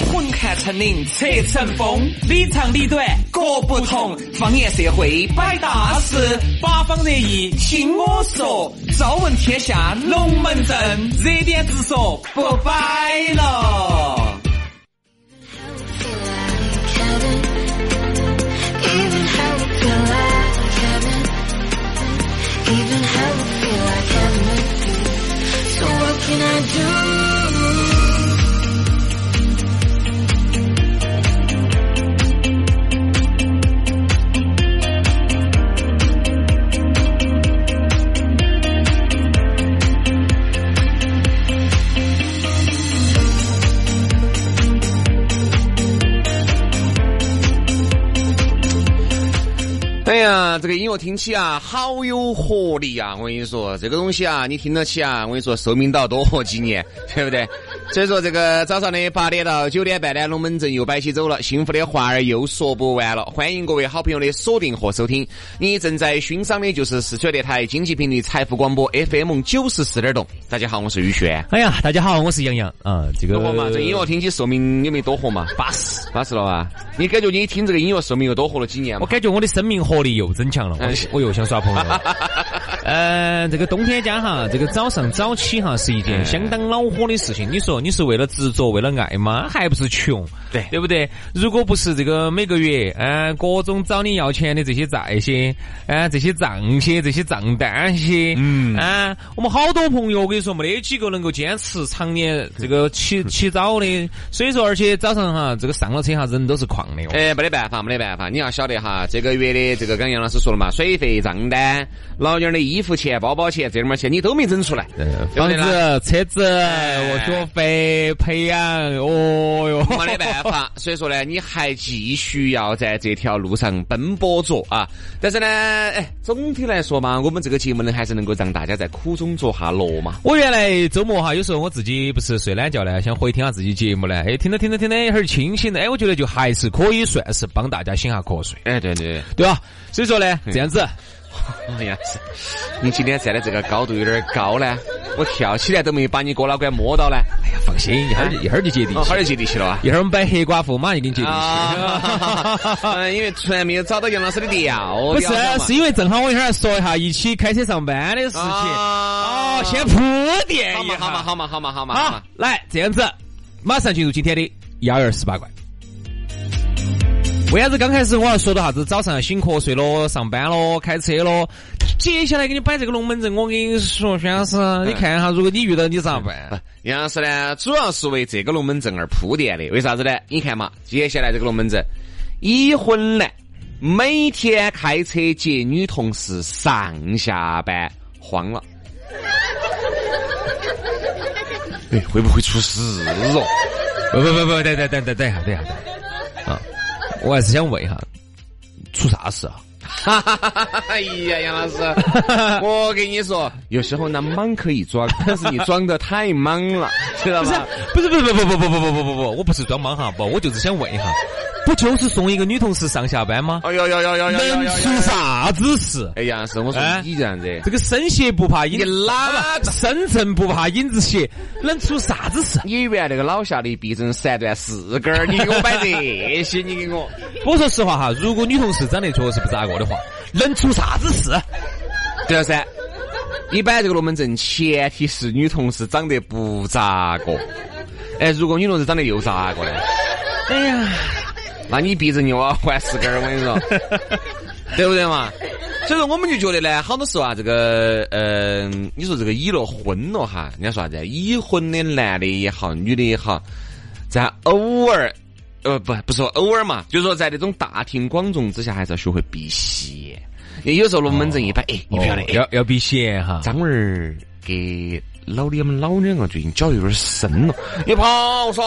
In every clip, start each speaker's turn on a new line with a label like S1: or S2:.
S1: 勇敢成岭侧成峰，立场理短各不同。方言社会摆大事，八方热议听我说。朝闻天下龙门阵，热点直说不摆了。
S2: Can I do?
S3: 哎呀，这个音乐听起啊，好有活力呀、我跟你说，这个东西啊，你听得起啊，我跟你说，寿命倒多活几年， 对不对？所以说，这个早上的八点到九点半呢，龙门阵又摆起走了，幸福的话儿又说不完了。欢迎各位好朋友的锁定和收听，你正在欣赏的就是四川电台经济频率财富广播 FM 九十四点六。大家好，我是宇轩。
S4: 哎呀，大家好，我是杨洋啊，这个
S3: 多活嘛？这音乐听起寿命有没有多活嘛？
S4: 八十，
S3: 八十了吧？你感觉你听这个音乐寿命又多活了几年
S4: 我
S3: 嘛？
S4: 感觉我的生命活力又增强了，
S3: 嗯
S4: 我我又想耍朋友 了。呃，这个冬天家哈，这个早上早起哈是一
S3: 哎
S4: 件相当恼火的事情。你说你是为了执着，为了爱吗？还不是穷，
S3: 对
S4: 对不对？如果不是这个每个月，嗯、各种找你要钱的这些债些，嗯、这些账些，这些账单些，嗯，啊、我们好多朋友，我跟你说，没得几个能够坚持常年这个起起早的。所以说，而且早上哈，这个上了车哈，人都是狂的哦。
S3: 哎，没得办法，没得办法，你要晓得哈，这个月的这个刚杨老师说了嘛，水费账单、老娘儿的衣服钱、包包钱这点儿钱，你都没整出来，哎对不
S4: 房
S3: 对呢？
S4: 子、车子、我学费、培养，哦哟，
S3: 没得办法，所以说呢，你还继续要在这条路上奔波着啊！但是呢，哎，总体来说嘛，我们这个节目呢，还是能够让大家在苦中作下乐嘛。
S4: 我原来周末哈，有时候我自己不是睡懒觉呢，想回听下自己节目呢，哎，听着听着听着，一会儿清醒了，哎，我觉得就还是可以算是帮大家醒下瞌睡，
S3: 哎，对对，
S4: 对吧？所以说呢，
S3: 嗯
S4: 这样子，
S3: 哎呀，是你今天站的这个高度有点高呢，我跳起来都没把你哥老倌摸到呢，
S4: 哎呀，放心，一会儿就一会儿就接地
S3: 哦，好
S4: 气，
S3: 点接地气了啊！
S4: 一会儿我们摆黑寡妇，马上就给你接地
S3: 啊，
S4: 气。
S3: 嗯因为突然没有找到杨老师的调，
S4: 不是
S3: 调调，嘛
S4: 是因为正好我一会儿说一下一起开车上班的事情，
S3: 啊
S4: 哦，先铺垫
S3: 好
S4: 一
S3: 嘛
S4: 下，
S3: 好嘛好嘛好嘛好嘛好
S4: 好
S3: 嘛，，
S4: 来这样子，马上进入今天的幺二十八怪。为啥子刚开始我要说到啥子早上要醒瞌睡咯，上班咯，开车咯？接下来给你摆这个龙门阵，我跟你说，轩老师，你看哈，如果你遇到你咋办？
S3: 杨老师呢，主要是为这个龙门阵而铺垫的，为啥子呢？你看嘛，接下来这个龙门阵，已婚男每天开车接女同事上下班，慌 了。哎，会不会出事哦？
S4: 不不不不，等等等等等一下，等一下，等一下啊！我还是想问一下，出啥事啊？
S3: 哎呀，杨老师，我跟你说，有时候呢，忙可以装，但是你装的太忙了，知道
S4: 不是
S3: 吗？
S4: 不是不是不不不不不不不不不，我不是装忙哈，不，我就是想问一下，不就是送一个女同事上下班吗？
S3: 哎呦呦呦呦呦呦呦
S4: 能
S3: 呦！
S4: 出啥子事？
S3: 哎，杨老师，我说
S4: 哎
S3: 你这样子，
S4: 这个深鞋不怕影
S3: 你
S4: 子，
S3: 拉
S4: 不深圳不怕影子斜，能出啥子事？
S3: 你原来那个脑下的避震三段四根儿，你给我摆这些，你给我。
S4: 我说实话哈，如果女同事长得确实不咋个的话，能出啥子事？
S3: 对了噻，你摆这个龙门阵，前提是女同事长得不咋个。哎，如果女同事长得又咋个呢？
S4: 哎呀，
S3: 那你避震又要换四根儿，我跟你说，对不对嘛？所以说，我们就觉得呢，好多时候啊，这个，嗯、你说这个已了婚了哈，人家说啥子？已婚的男的也好，女的也好，在偶尔，呃，不，不是说偶尔嘛，就是说在那种大庭广众之下，还是要学会避嫌。因为有时候龙门阵一摆，哎，你不晓得，哎
S4: 哦要要避嫌哈。
S3: 张文儿给老李我们老两个最近脚有点深了，你跑啥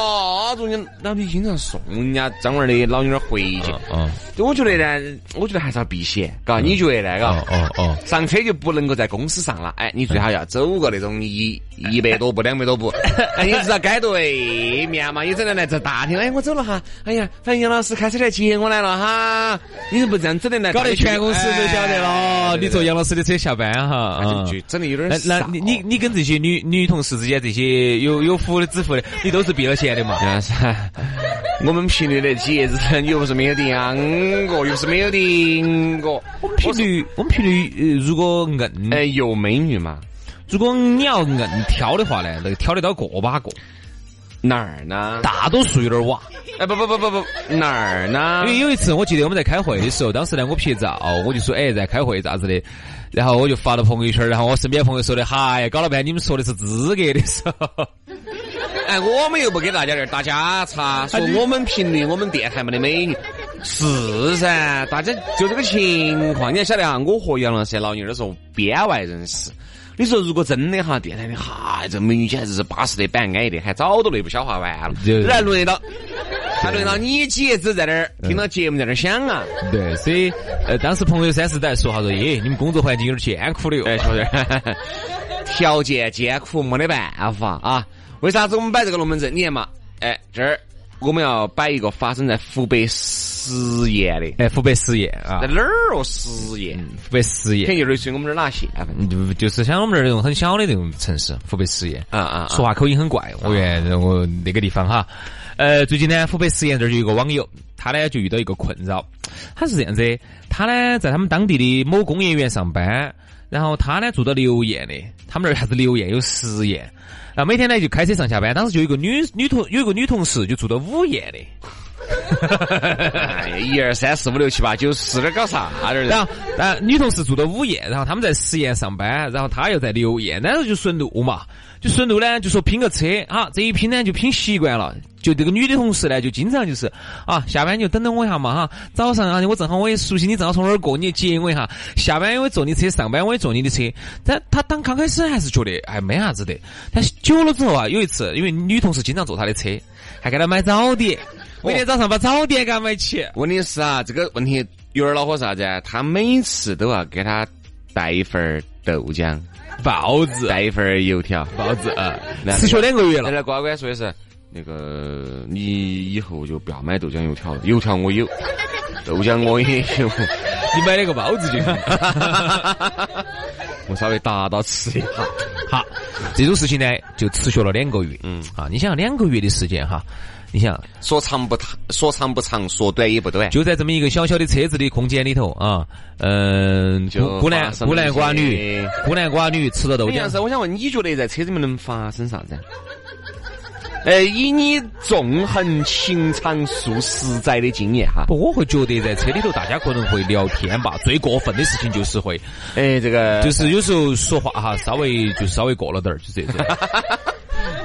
S3: 子？啊人家老李经常送人家张文儿的老妞儿回去。
S4: 哦
S3: 对我觉得呢，我觉得还是要避嫌，嘎，你觉得呢？嘎，
S4: 嗯哦哦，
S3: 上车就不能够在公司上了，哎，你最好要走个那种一一百多步、两百多步，哎，你知道街对面嘛？你只能来这大厅，哎，我走了哈，哎呀，反正杨老师开车来接我来了哈，你是不这样子的呢？
S4: 搞得全公司都晓得
S3: 哎
S4: 了，你坐，杨老师的车下班哈。
S3: 对对对那
S4: 啊
S3: 就就真的有点哦
S4: 那那
S3: 少
S4: 你你你跟这些 女女同事之间这些有有夫的子夫的，你都是避了嫌的嘛？啊
S3: 杨老师，我们频率那几日子 又不是没有定过，又不是没有定过。
S4: 我们频率，我们频率，呃，如果硬，
S3: 哎，有美女嘛？
S4: 如果你要硬挑的话呢，那个挑得到个把个，
S3: 哪儿呢？
S4: 大多数有点瓦。
S3: 哎，不不不不不，哪儿呢
S4: 因？为有一次我记得我们在开会的时候，当时呢我拍照，我就说哎在开会咋子的，然后我就发到朋友圈，然后我身边朋友说的，嗨、搞了半天你们说的是资格的时候，
S3: 哎，我们又不给大家这儿打假叉，说我们频率我们电台没得美女，是噻？大家就这个情况，你要晓得哈，我和杨老师老娘儿都是编外人士。你说如果真的哈，电台里哈，这美女简直是巴适的板，安逸的，还早都内部消化完了，
S4: 对
S3: 然后轮得到，还轮得到你几爷子在那儿听到节目在那儿想啊？
S4: 对，所以呃当时朋友三四都在说哈说，耶你们工作环境有点艰苦的哟，
S3: 哎，兄弟，条件艰苦没得办法啊。为啥子我们摆这个龙门阵？你看嘛，哎，这儿我们要摆一个发生在湖北十堰的，
S4: 哎湖北十堰 啊嗯
S3: 在，哪儿哦？十堰，
S4: 湖北十
S3: 肯
S4: 堰。
S3: 定就是随我们这儿拿县份。
S4: 就就是像我们这儿那种很小的那种城市，湖北十堰
S3: 啊啊啊
S4: 说话口音很怪。我原我那个地方哈，呃，最近呢，湖北十堰这儿就有一个网友，他呢就遇到一个困扰，他是这样子，他呢在他们当地的某工业园上班，然后他呢住到留堰的，他们那儿啥子留堰有十堰。啊，每天呢就开车上下班。当时就有一个女女同有一个女同事就住到五堰的，
S3: 哎，一二三四五六七八九十，这儿搞啥这儿？
S4: 然后，呃，女同事住到五堰，然后他们在十堰上班，然后她又在六堰，然后就顺路嘛，就顺路呢，就说拼个车，啊，这一拼呢就拼习惯了。就这个女的同事呢，就经常就是啊，下班你就等等我一下嘛哈，早上啊，我正好我也熟悉你，正好从哪儿过，你就接我一下。下班我也坐你车，上班我也坐你的车。但她当刚开始还是觉得哎没啥子的，但是久了之后啊，有一次因为女同事经常坐她的车，还给她买早点，每天早上把早点给她买起。
S3: 问题是啊，这个问题有点恼火啥子啊？他每次都要给他带一份儿豆浆，
S4: 包子，
S3: 带一份儿油条，
S4: 包子啊
S3: 那，
S4: 持续两个月
S3: 后
S4: 了。
S3: 来瓜瓜说的是，那个你以后就不要买豆浆油条了，油条我有，豆浆我也有，
S4: 你买了个包子就行。
S3: 我稍微打打吃一下。
S4: 好，这种事情呢，就持续了两个月。
S3: 嗯
S4: 嗯，啊，你想两个月的时间哈，你想
S3: 说长不长，说长不长，说短也不短。
S4: 就在这么一个小小的车子的空间里头啊，嗯、
S3: 就
S4: 孤孤男
S3: 发生了
S4: 孤男寡
S3: 一
S4: 女
S3: 些，哎
S4: 孤男寡女吃了豆
S3: 杨老师，
S4: 浆。
S3: 我想问，你觉得在车里面能发生啥子？ 呃，以你纵横情场数十载的经验哈，
S4: 不，我会觉得在车里头大家可能会聊天吧。最过分的事情就是会，
S3: 哎，这个
S4: 就是有时候说话哈，稍微就稍微过了点儿，就 这种。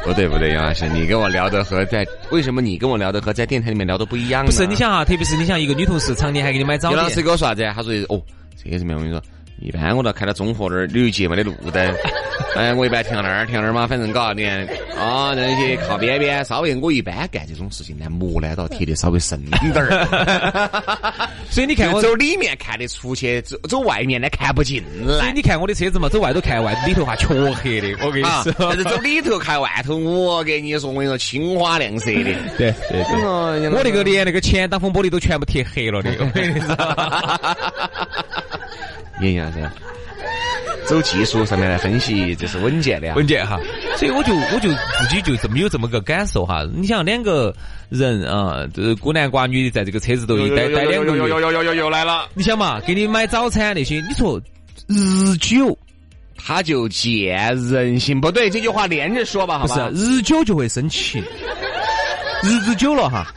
S3: 不对不对，杨老师，你跟我聊的和在为什么你跟我聊的和在电台里面聊的不一样呢？
S4: 不是，你想哈，特别是你像一个女同事，常年还给你买早
S3: 杨嗯
S4: 点
S3: 老，师跟我说啥子？他说哦，这个什么？我跟你说，一般我都开到中和那儿旅游节目的路灯，哎，我一般停到那儿，停到那儿嘛，反正搞点啊那些靠边边，稍微我一般干这种事情呢，磨难到铁的稍微深点儿，
S4: 所以你看
S3: 就
S4: 我
S3: 走里面看得出去，走走外面呢看不进
S4: 所以
S3: 来。
S4: 哎你看我的车子嘛，走外头看外，里头哈黢黑的，我跟你
S3: 啊，
S4: 说。
S3: 但是走里头看外头，我跟你说，我跟你说，青花亮色 的。
S4: 对对
S3: 哎
S4: 对，我那个连那个前挡风玻璃都全部贴黑了的， 我跟你说。
S3: 啊也一样噻。走技术上面来分析，这是稳健的啊。
S4: 文件哈，所以我就我就自己就这么有这么个感受哈。你想两个人啊，就是孤男寡女在这个车子头一待待两个
S3: 又
S4: 月，
S3: 又又又又来了，
S4: 你想嘛，给你买早餐那些，你说日久
S3: 他就见人心不对，这句话连着说吧，好
S4: 不是
S3: 吧？
S4: 日久就会生气，日子久了哈，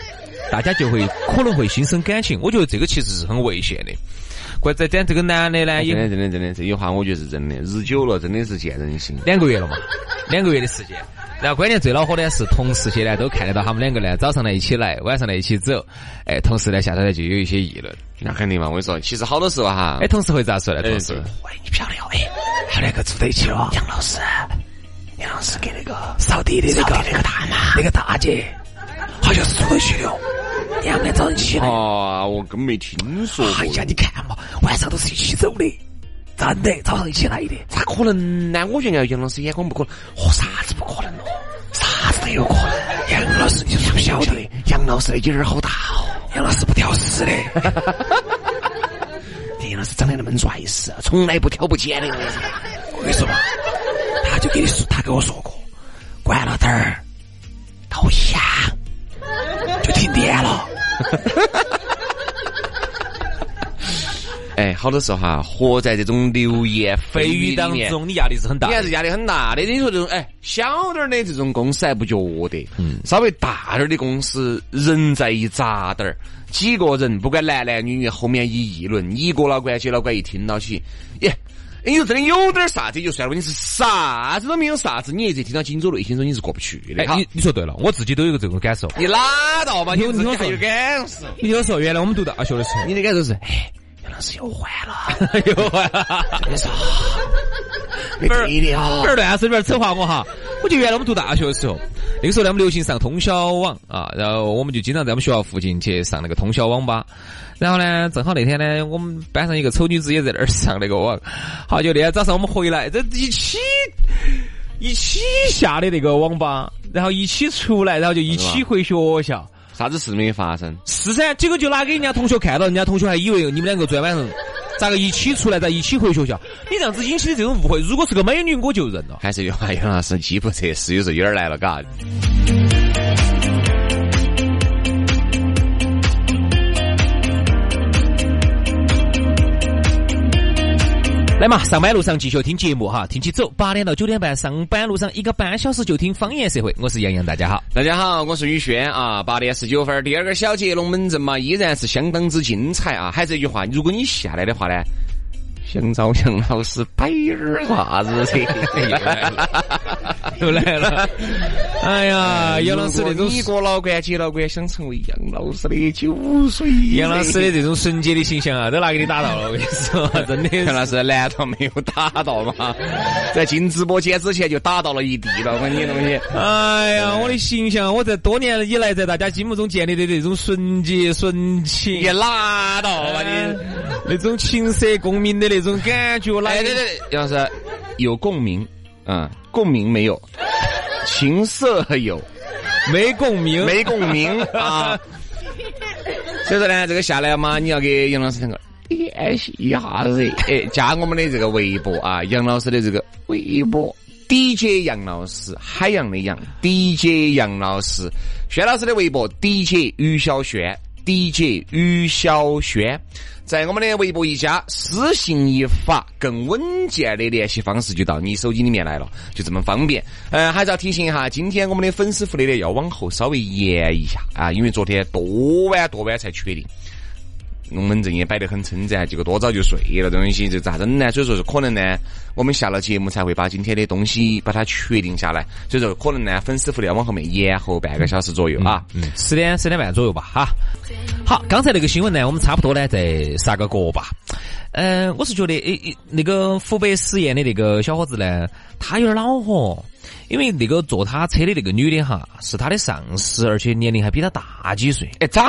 S4: 大家就会可能会心生感情。我觉得这个其实是很危险的。怪在但这个男的呢，
S3: 哎
S4: 也
S3: 真的真的真的，这句话我觉得是真的，日久了真的是见人心。
S4: 两个月了嘛，两个月的时间。然后关键最恼火的是，同事些呢都看得到他们两个呢，早上呢一起来，晚上呢一起走。哎，同事呢下头呢就有一些议论。
S3: 那肯定嘛，我跟你说，其实好多时候哈
S4: 哎，，同事会咋说呢？同事
S3: 哎，
S4: 喂，你漂亮哎，他两个住在一起了。哦杨老师，杨老师跟那个扫地的那个那个啊大妈，那个大姐，好像是出去了。你还没早上
S1: 哎
S4: 起来？
S3: 啊，我根本没听说过。
S4: 哎你看嘛，晚上都是一起走的，真的，早上一起来的。
S3: 咋可能呢？我觉得杨老师眼光不可能，
S4: 哦，啥子不可能哦？啥子都有可能。杨老师，你晓不晓得？
S3: 杨老师的眼儿好大哦。
S4: 杨老师不挑食的。
S3: 杨老师长得那么拽实，
S4: 啊
S3: 从来不挑不拣的。
S4: 我跟你说嘛，他就给你说，他跟我说过，管了点儿都一样，
S3: 就停电了。 哎，好多时候哈，活在这种流言蜚
S4: 被
S3: 语
S4: 雨当
S3: 里面
S4: 中，你压力是很大
S3: 你
S4: 的。
S3: 还是压力很大的。你说这种哎小点儿的这种公司还不觉得，嗯，稍微大点儿的公司人在一扎点儿，几个人不管男男女女，后面一议论，你过了关去了关一听到起，耶。哎你说真的有点儿啥子也就算了，问题是啥子都没有啥子，你一直听到荆州内心中你是过不去的。
S4: 哎，
S3: 哈
S4: 你你说对了，我自己都有个这种感受。
S3: 你拉倒吧，你
S4: 你
S3: 自己
S4: 听我
S3: 还
S4: 说
S3: 有感受。
S4: 你听我说，原来我们读大学的时候，
S3: 你的感受是，哎，杨老师又换了，
S4: 哎呦喂，
S3: 你说，没得的啊
S4: 这。儿乱随便扯话我哈。我就原来我们读大学的时候，那个时候呢，我们流行上通宵网啊，然后我们就经常在我们学校附近去上那个通宵网吧。然后呢，正好那天呢，我们班上一个丑女子也在那儿上那个网。好，就那天早上我们回来，这一起一起下的那个网吧，然后一起出来，然后就一起回学校。
S3: 啥子事没发生？
S4: 是噻，结果就拿给人家同学看到，人家同学还以为你们两个昨天晚上咋个一起出来，咋一起回学校？你这样子引起的这种误会，如果是个美女，我就认了。
S3: 还是有啊，杨老师基础测试有时候有点儿来了，嘎。
S4: 来嘛，上班路上继续听节目哈，听起走，八点到九点半，上班路上一个半小时就听方言社会，我是杨洋，大家好。
S3: 大家好，我是宇轩啊，八点十九分儿，第二个小节龙门阵嘛，依然是相当之精彩啊。还是这句话，如果你下来的话呢，想找杨老师摆点儿啥子 的。
S4: 又来了， 哎呀，杨老师那
S3: 如
S4: 种
S3: 果你过老关接老关，想成为杨老师的酒水。
S4: 杨老师的这种纯洁的形象啊，都拿给你打到了，我跟你说，真的
S3: 杨
S4: 是。
S3: 老师难道没有打到吗？在进直播间之前就打到了一地了，我跟你东西。
S4: 哎呀，我的形象，我在多年以来在大家心目中建立的这种纯洁、纯情，
S3: 你拉倒吧你！
S4: 哎那种情色共鸣的那种感觉，来
S3: 哎，对对对，杨老师有共鸣，嗯，共鸣没有，情色有，
S4: 没共鸣，
S3: 没共鸣啊。所以说呢，这个下来嘛，你要给杨老师两个联系一下子，哎，加我们的这个微博啊，杨老师的这个微博。DJ 杨老师，海洋的洋，DJ 杨老师，轩老师的微博 DJ 于小轩，DJ 于小轩，在我们的微博一加，私信一发，更稳健的联系方式就到你手机里面来了，就这么方便。呃，还是要提醒一下，今天我们的粉丝福利呢要往后稍微延一下啊，因为昨天多晚多晚才确定。龙门阵也摆得很撑展，结果多早就睡了，这东西这咋整呢？所以说是可能呢，我们下了节目才会把今天的东西把它确定下来，所以说可能呢，粉丝福利要往后面延后半个小时左右啊。嗯，
S4: 十点十点半左右吧，哈。好，刚才那个新闻呢，我们差不多呢再杀个锅吧。嗯、我是觉得，诶、诶那个湖北十堰的那个小伙子呢，他有点恼火，因为那个坐他车的那个女的哈，是他的上司，而且年龄还比他大几岁。
S3: 哎，长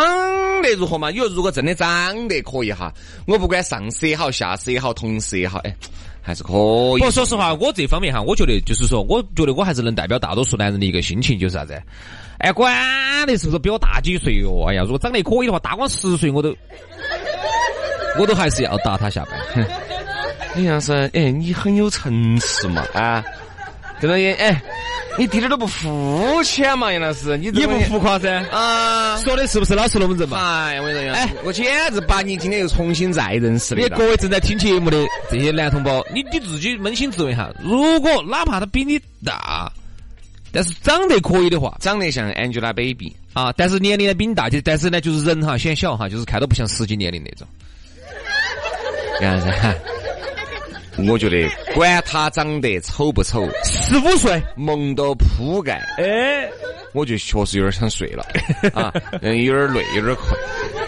S3: 得如何嘛？你说如果真的长得可以哈，我不管上司也好，下司也好，同事也好，哎，还是可以
S4: 不，。说实话，我这方面哈，我觉得就是说，我觉得我还是能代表大多数男人的一个心情，就是啥子？哎，管得是不是比我大几岁哟、哎呀，如果长得可以的话，大我十岁我都，我都还是要打他下班。
S3: 哎，杨生，哎，你很有层次嘛啊！这东西，哎，你一点都不肤浅嘛，杨老师，你这
S4: 也不
S3: 东西
S4: 浮夸噻，啊
S3: 啊。
S4: 说的是不是老实龙门阵嘛？
S3: 哎，我跟你说，哎，我简直把你今天又重新再认识了
S4: 你。各位正在听节目的这些男同胞，你你自己扪心自问一下，如果哪怕他比你大，但是长得可以的话
S3: 长得像 Angelababy，
S4: 啊，但是年龄呢比你大，就但是呢就是人哈显小哈，就是看都不像实际年龄那种。
S3: 然后噻，我觉得管他长得丑不丑，
S4: 十五岁，
S3: 萌到铺盖，
S4: 哎，
S3: 我就确实有点想睡了啊，嗯，有点累，有点困。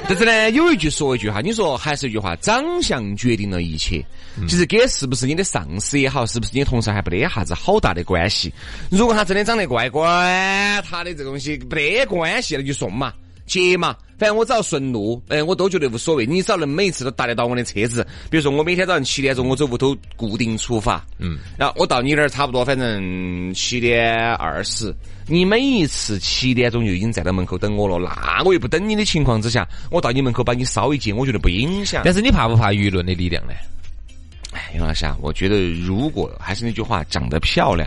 S3: 但是呢，有一句说一句哈，你说还是一句话，长相决定了一切。
S4: 嗯
S3: 其实跟是不是你的上司也好，是不是你的同事还没得啥子好大的关系。如果他真的长得乖，管他的这个东西没得关系，那就送嘛，接嘛。反正我只要顺路，哎，我都觉得无所谓。你只要能每一次都搭得到我的车子，比如说我每天早上七点钟我走屋头固定出发，嗯，然后我到你那儿差不多，反正七点二十，你每一次七点钟就已经站到门口等我了，那我又不等你的情况之下，我到你门口把你捎一接，我觉得不影响。
S4: 但是你怕不怕舆论的力量呢？
S3: 哎，杨老师啊，我觉得如果还是那句话，长得漂亮，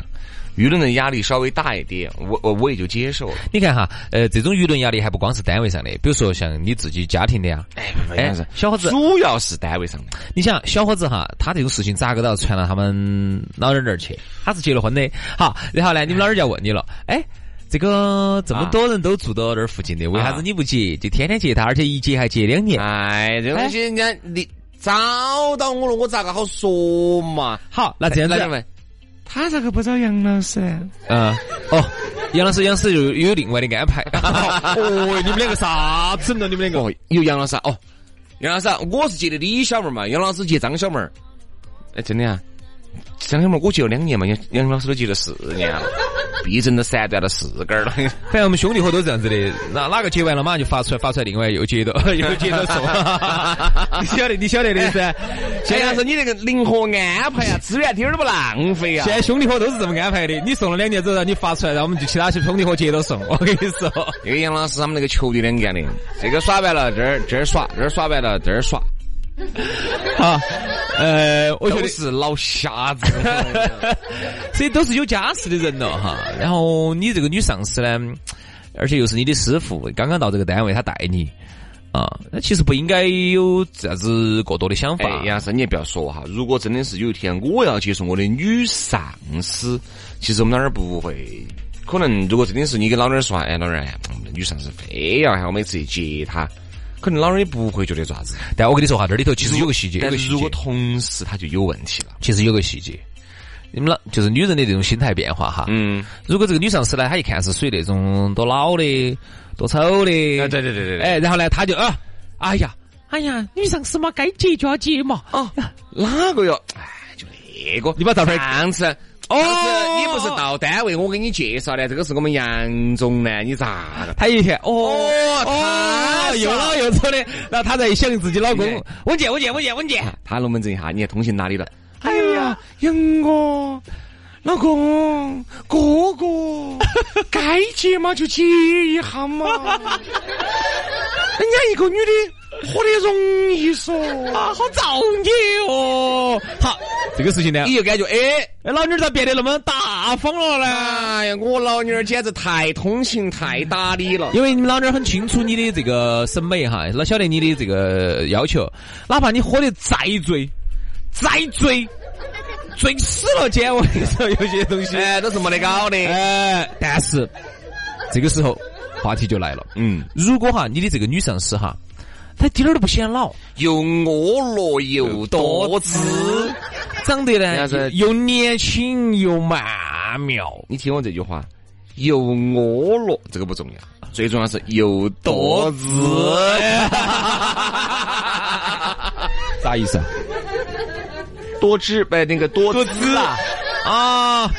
S3: 舆论的压力稍微大一点，我我我也就接受了。
S4: 你看哈，呃，这种舆论压力还不光是单位上的，比如说像你自己家庭的呀。
S3: 哎，
S4: 哎，小伙子，
S3: 主要是单位上的，
S4: 你想小伙子哈，他这种事情咋个都要传到他们老人那儿去。他是结了婚的，好，然后呢，你们老人就要问你了，哎。这个这么多人都住到那儿附近的，为啥子你不结？就天天结他，而且一结还结两年。
S3: 哎，这东西人家你找到我了，我咋个好说嘛？
S4: 好，那这样子
S3: 那，就问
S5: 他咋个不找杨老师？
S4: 嗯，哦，杨老师，杨老师又又有另外的安 排。哦，你们两个啥子呢？你们两
S3: 哦，有杨老师啊哦，杨老师啊，我是接的李小妹儿嘛，杨老师接张小妹儿。哎，真的啊，张小妹儿我接了两年嘛，杨杨老师都接了四年了，逼真的散断了四根 儿了。
S4: 反正我们兄弟伙都这样子的，那哪个结完了，马上就发出来，发出来，另外又接到， 又接到送。 你晓得，你晓得的噻。
S3: 杨
S4: 现在
S3: 老师，你那个灵活安 排啊，资源点儿都不浪费啊
S4: 现。在兄弟伙都是这么安排的，你送了两年之后，让你发出来，然后我们就其他兄弟伙接着送。我跟你说，
S3: 这个杨老师他们那个球队两个样的，这个耍完了这儿这儿耍，这儿耍完了这儿耍，
S4: 好，呃，我觉
S3: 都
S4: 得，
S3: 是老瞎子。
S4: 所以都是有家室的人了哈。然后你这个女上司呢，而且又是你的师傅，刚刚到这个单位，他带你啊，那其实不应该有啥子过多的想法。
S3: 哎，杨老师，你也不要说哈，如果真的是有一天我要接受我的女上司，其实我们哪儿不会。可能如果真的是你跟老二说，哎，老二，哎我们的女上司非要喊我每次去接她，可能老二也不会觉得咋子。
S4: 但我跟你说哈，这里头其实有个细节，有
S3: 但
S4: 个
S3: 是
S4: 细
S3: 如
S4: 节
S3: 果，同事他就有问题了，
S4: 其实有个细节。你们老就是女人的这种心态变化哈，
S3: 嗯，
S4: 如果这个女上司呢，她一看是属于那种多老的、多丑的，
S3: 哎对对对对对
S4: 哎，然后呢，她就啊，哎呀，哎呀，女上司嘛，该结就要结嘛，
S3: 哦，哪个哟？哎，就那个，
S4: 你把照片
S3: 上次。哦，你不是到单位，我给你介绍的，这个是我们杨总呢，你咋个？
S4: 她一看，哦，
S3: 他
S4: 哦，又老又丑的，然后她在想自己老公
S3: 对，
S4: 稳健稳健稳健稳健，
S3: 他龙门阵一下，你看通信哪里了？
S5: 哎呀，杨哥，老公，哥哥， 该结嘛就结一下嘛。人家一个女的活得容易嗦，
S4: 啊，好造孽哦！好，这个事情呢，
S3: 你就感觉哎，
S4: 哎老女儿咋变得那么大方了呢？
S3: 哎呀，我老娘儿简直太通情太打理了。
S4: 因为你老娘儿很清楚你的这个审美哈，老晓得你的这个要求，哪怕你喝得再醉，再醉，醉死了姐，我跟你说有些东西，
S3: 哎，都是没得搞的。
S4: 哎，但是这个时候话题就来了，
S3: 嗯，
S4: 如果哈你的这个女上司哈，她一点儿都不显老，
S3: 又婀娜又多姿。，
S4: 长得
S3: 人家
S4: 呢
S3: 是
S4: 又年轻又曼妙，
S3: 你听我这句话，又婀娜这个不重要，最重要是又多姿。
S4: 哎啥意思啊？
S3: 多汁哎，那个多多姿啊，
S4: 啊，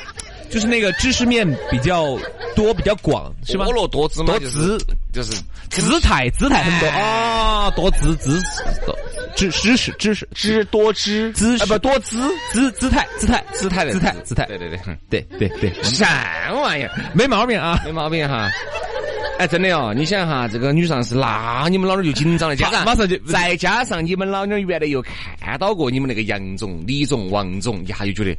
S4: 就是那个知识面比较多、比较广，是吧
S3: 婀？娜多姿嘛，
S4: 多
S3: 就是
S4: 姿，
S3: 就是
S4: 姿态，姿态很多啊，多姿姿多知知识知识
S3: 知多知
S4: 姿势
S3: 啊不多姿
S4: 哎姿姿态姿态姿
S3: 态的
S4: 姿态姿态，
S3: 对对对，哼
S4: 对对对，
S3: 啥玩意儿？
S4: 没毛病啊。
S3: 没毛病哈。哎，真的哦，你想哈，这个女上司，那你们老娘就紧张了，加上
S4: 马上就
S3: 再加上你们老娘原来又看到过你们那个杨总、李总、王总，一下就觉得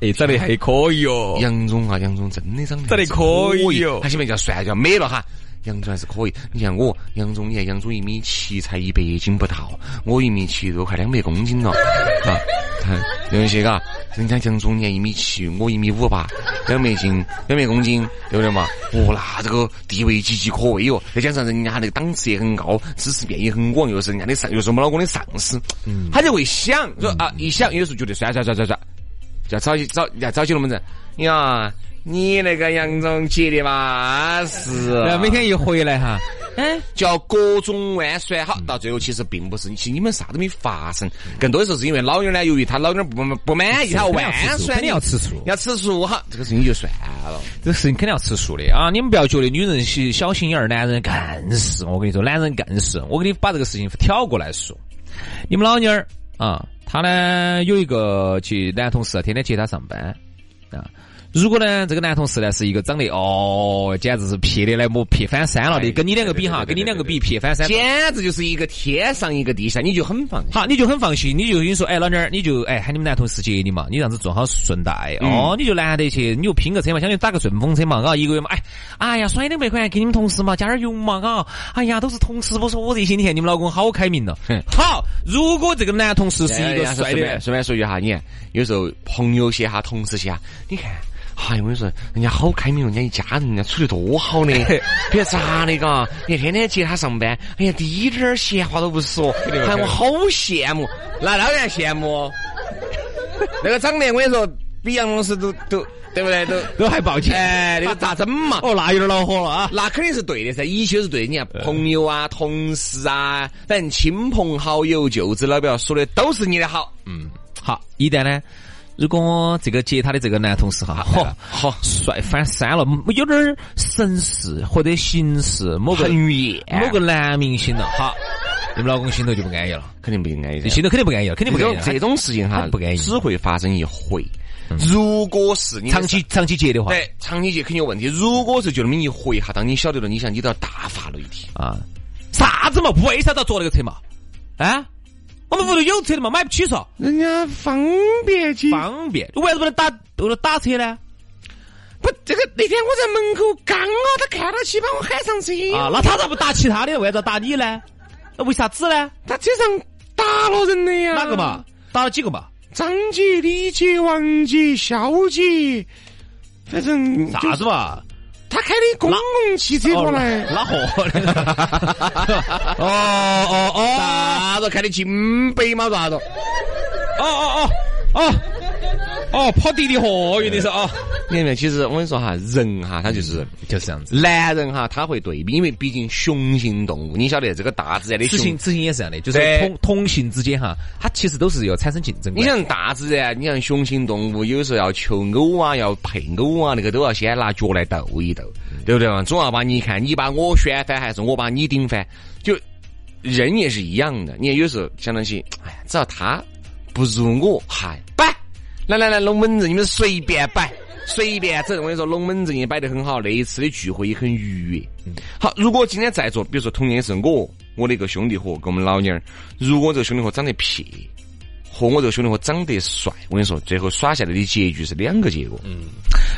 S4: 哎，长得还可以哦
S3: 杨总啊，杨总真的长得
S4: 长得可以哦
S3: 他前面叫帅叫美了哈。杨总还是可以，你像我，杨总，你看杨总一米七，才一百斤不到，我一米七都快两百公斤了，啊，看有一些嘎，啊人家杨总你看一米七，我一米五八，两百斤，两百公斤，对不对嘛？哦，那这个地位岌岌可危哟，再加上人家那个档次也很高，知识面也很广，又是人家的上，又是我们老公的上司，
S4: 嗯
S3: 他就会想，说啊，一想有时候觉得算算算算算，就要找起找要找起龙门阵。哎呀，你那个杨总接的嘛是啊，
S4: 然后每天一回来哈，
S3: 叫各种弯酸，好，到最后其实并不是，其实你们啥都没发生，更多的时候是因为老妞儿呢，由于她老妞儿不不满意，她弯酸，
S4: 肯定要吃醋，
S3: 要吃醋哈，这个事情就算 了。
S4: 这个事情肯定要吃醋的啊！你们不要觉得女人是小心眼儿，男人更是。我跟你说，男人更是。我给你把这个事情挑过来说，你们老妞儿啊，她呢有一个去男同事啊，天天接她上班啊，如果呢，这个男同事呢是一个长得哦，简直是撇的来我撇翻山了的，跟你两个比哈，跟你两个比撇翻山，
S3: 简直就是一个天上一个地下，你就很放心。
S4: 好，你就很放心，你就跟你说，哎，老娘儿，你就哎喊你们男同事接你嘛，你这样子做好顺带、
S3: 嗯
S4: 哦，你就难得去，你就拼个车嘛，相当于打个顺风车嘛，啊，一个月嘛，哎，哎呀，甩两百块给你们同事嘛，加点油嘛，啊，哎呀，都是同事，我说我这些，你看你们老公好开明了。好，如果这个男同事是一个
S3: 哎
S4: 帅
S3: 顺
S4: 的
S3: 便，顺便说一句哈，你看有时候朋友些哈，同事些哈，你看。哎，我跟你说，人家好开明，人家一家人，人家处的多好 呢，别咋的嘎，你天天接他上班，哎呀，滴点儿闲话都不说，哎，我好羡慕，那当然羡慕。那个长得，我跟你说，比杨老师都都对不对？都
S4: 都还报警，
S3: 哎，那个咋整嘛？
S4: 哦，那有点恼火了啊。
S3: 那肯定是对的噻，一切都是对的。你看朋友啊、同事啊，反正亲朋好友、舅子老表说的都是你的好。
S4: 嗯，好，一旦呢，如果这个接他的这个男同事哈，嚯，
S3: 好，哎
S4: 帅翻山了，有点儿绅士或者形式某个
S3: 很野，
S4: 某个男明星了，好，你们老公心头就不安逸了，
S3: 肯定不应该的。
S4: 心头肯定不安逸了，肯定
S3: 这
S4: 不安逸
S3: 种
S4: 了。哎
S3: 这种事情哈
S4: 他，不安逸
S3: 只会发生一回。如果是你
S4: 长期长期接的话，
S3: 对长期节肯定有问题。如果是就那么一回哈，当你晓得了，你想你都要大发雷霆。
S4: 啊，啥子嘛？为啥子要坐那个车嘛？啊，我们屋头有车的嘛，买不起嗦，
S5: 人家方便起。
S4: 方便。为啥子不能打不能打车呢？
S5: 不，这个那天我在门口刚啊，他看到起把我喊上车，
S4: 啊，那他咋不打其他的？为啥子要打你呢？那为啥子呢？
S5: 他车上打了人了呀。
S4: 哪个嘛？？打了几个嘛？
S5: 张姐、李姐、王姐、肖姐，反正就
S4: 啥子嘛？哦
S5: 他开的公共汽车过来，
S4: 拉货的。哦哦哦
S3: 啥子开的金杯嘛？啥子？
S4: 哦哦哦哦哦，跑地里货运的是嗯啊，
S3: 你看没有？其实我跟你说哈，人哈，他就是。
S4: 就是这样子。
S3: 男人哈，他会对比，因为毕竟雄性动物，你晓得这个大自然的
S4: 雌性
S3: 雄。
S4: 雌性也是这样的，就是
S3: 对
S4: 同同性之间哈，它其实都是要产生竞争
S3: 你
S4: 关系。
S3: 像大自然，你像雄性动物，有时候要求偶啊，要配偶啊，那个都要先拿脚来斗一斗，对不对嘛？总要把你看，你把我掀翻，还是我把你顶翻？就人也是一样的。你看有时候想到起，哎呀，只要他不如我，嗨，摆，来来来，龙门阵你们随便摆，随便整。我跟你说，龙门阵也摆得很好，那一次的聚会也很愉悦。好，如果今天在座，比如说同样是我，我的一个兄弟伙跟我们老娘儿，如果这个兄弟伙长得撇。和我这个兄弟伙长得帅，我跟你说，最后耍下来的结局是两个结果。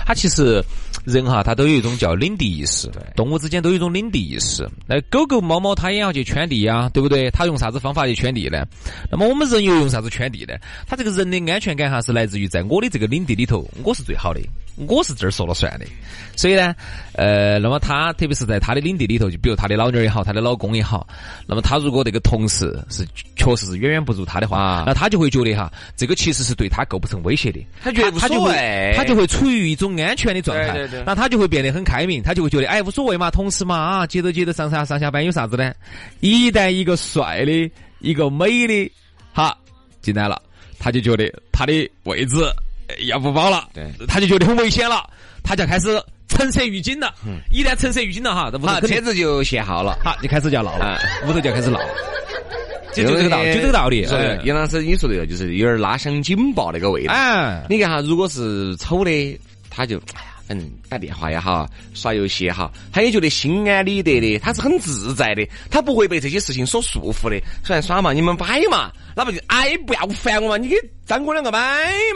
S4: 它其实人哈，他都有一种叫领地意识，动物之间都有一种领地意识。那狗狗、猫猫它也要去圈地呀、对不对？它用啥子方法去圈地呢？那么我们人又用啥子圈地呢？它这个人的安全感哈，是来自于在我的这个领地里头，我是最好的。我是这儿说了算的，所以呢，呃，那么他特别是在他的领地里头，就比如他的老娘儿也好，他的老公也好，那么他如果这个同事是确实是远远不如他的话，
S3: 啊
S4: 那他就会觉得哈，这个其实是对他构不成威胁的，
S3: 他觉得无
S4: 他就
S3: 所
S4: 会
S3: 谓，
S4: 他就会处于一种安全的状态，
S3: 对对对
S4: 那他就会变得很开明，他就会觉得哎无所谓嘛，同事嘛啊，接着接着上下上下班有啥子呢？一旦一个帅的，一个美的，哈进来了，他就觉得他的位置呃要不保了，
S3: 对
S4: 他就觉得很危险了，他就开始橙色预警了，
S3: 嗯
S4: 一旦橙色预警了哈，那屋头
S3: 好，
S4: 肯定
S3: 啊车子就限号了。
S4: 好就开始就要闹了
S3: 啊，
S4: 屋头就要开始闹，就就这个道理，就这个道理，
S3: 说的
S4: 哎
S3: 杨老师，你说的就是有点拉响警报那个味道。
S4: 哎。
S3: 你看哈，如果是丑的，他就哎呀，反正打电话也好，耍游戏也好，他也觉得心安理得的，他是很自在的，他不会被这些事情所束缚的。虽然耍嘛，你们摆嘛，哪怕就哎不要烦我嘛，你给张哥两个摆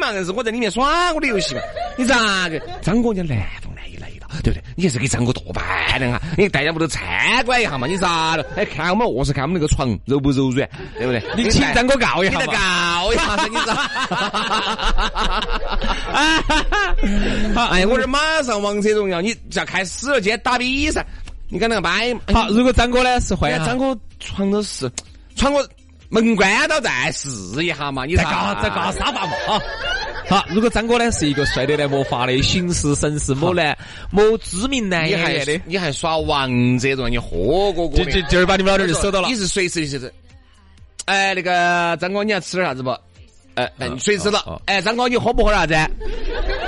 S3: 嘛，硬是我在里面耍我的游戏嘛，你咋个？张哥人家南方南一来的，对不对？你还是给张哥多摆两下，你大家不都参观一下嘛？你咋了？哎，看我们卧室，看我们那个床柔不柔软，对不对？
S4: 你请张哥告一下
S3: 你再
S4: 嘛
S3: 告 一下噻，你咋？哎，我这马上王者荣耀，你这要开始了，今天打比赛，你敢那个摆嘛？
S4: 好，啊如果张哥呢是坏啊
S3: 哎呀，
S4: 人哈，
S3: 张哥床头是，穿过门关到再试一下嘛，你
S4: 再
S3: 咋
S4: 搞再搞沙发嘛啊！好，如果张哥呢是一个帅得来莫法的行事绅士某男某知名男
S3: 哎你
S4: 演
S3: 还
S4: 员的，
S3: 你还耍王者荣耀，你喝过过
S4: 就就就是把你们老弟儿就收到了
S3: 你。是随时就是，哎，那个张哥，你要吃点啥子不？哎，哎，你随时
S4: 哦
S3: 了。哎，张哥，你喝不喝啥子？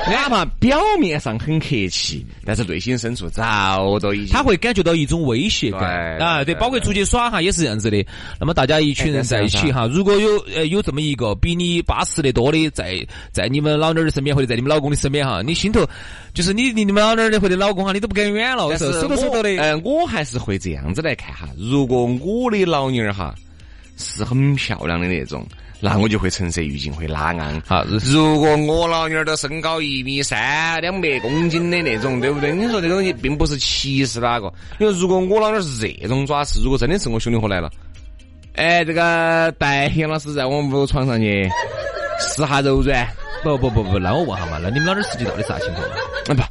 S3: 哪怕表面上很客气，但是内心深处早都已经
S4: 他会感觉到一种威胁感
S3: 对
S4: 啊，
S3: 对
S4: 对，包括出去耍哈也是这样子的。那么大家一群人在一起哈，如果有呃有这么一个比你巴适的多的在在你们老娘儿的身边或者在你们老公的身边哈，你心头就是你离你们老娘儿的或者老公哈，你都不敢远了，
S3: 但是
S4: 手手都手
S3: 我
S4: 抖的。
S3: 嗯、我还是会这样子来看哈。如果我的老娘儿哈是很漂亮的那种，那我就会唇色欲烫，会拉昂。
S4: 好，
S3: 如果我老娘儿都身高一米三，两百公斤的那种，对不对？你说这个东西并不是歧视哪个，因为如果我老娘儿是这种爪式，如果真的是我兄弟伙来了，哎，这个戴杨老师在我们屋床上去使下柔软，
S4: 不不不不，那我问下嘛，那你们老娘儿实际到底啥情况？
S3: 啊不，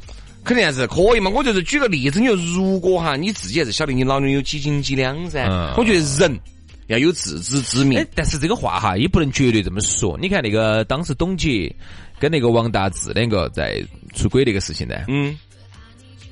S3: 肯定还是可以嘛。我就是举个例子，你就如果哈你自己还是晓得你老娘有几斤几两噻，
S4: 嗯
S3: 我觉得人要有自知之明
S4: 哎。，但是这个话哈，也不能绝对这么说。你看那个当时董洁跟那个王大治两个在出轨那个事情呢，
S3: 嗯，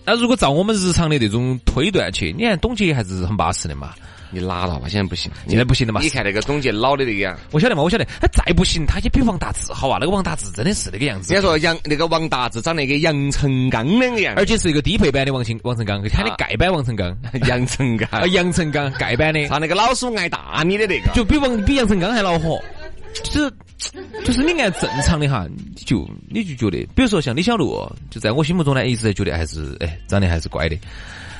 S4: 那如果照我们日常的这种推断去，你看董洁还是很巴适的嘛，
S3: 你拉倒吧，现在不行，
S4: 现在不行了嘛
S3: 你。看那个董洁老的那个样，
S4: 我晓得嘛，我晓得，他再不行，他也比王大治好啊。那个王大治真的是那个样子
S3: 人家，说杨那个王达志长得跟杨成刚两个样，
S4: 而且是一个低配版的王成王成刚，
S3: 啊
S4: 他的盖版王成 刚，
S3: 杨成刚
S4: 啊，杨成刚盖版的，
S3: 他那个老鼠爱大米的那个，
S4: 就比王比杨成刚还恼火。就是就是你按正常的哈，你就你就觉得，比如说像李小璐，哦就在我心目中呢，一直觉得还是哎长得还是乖的。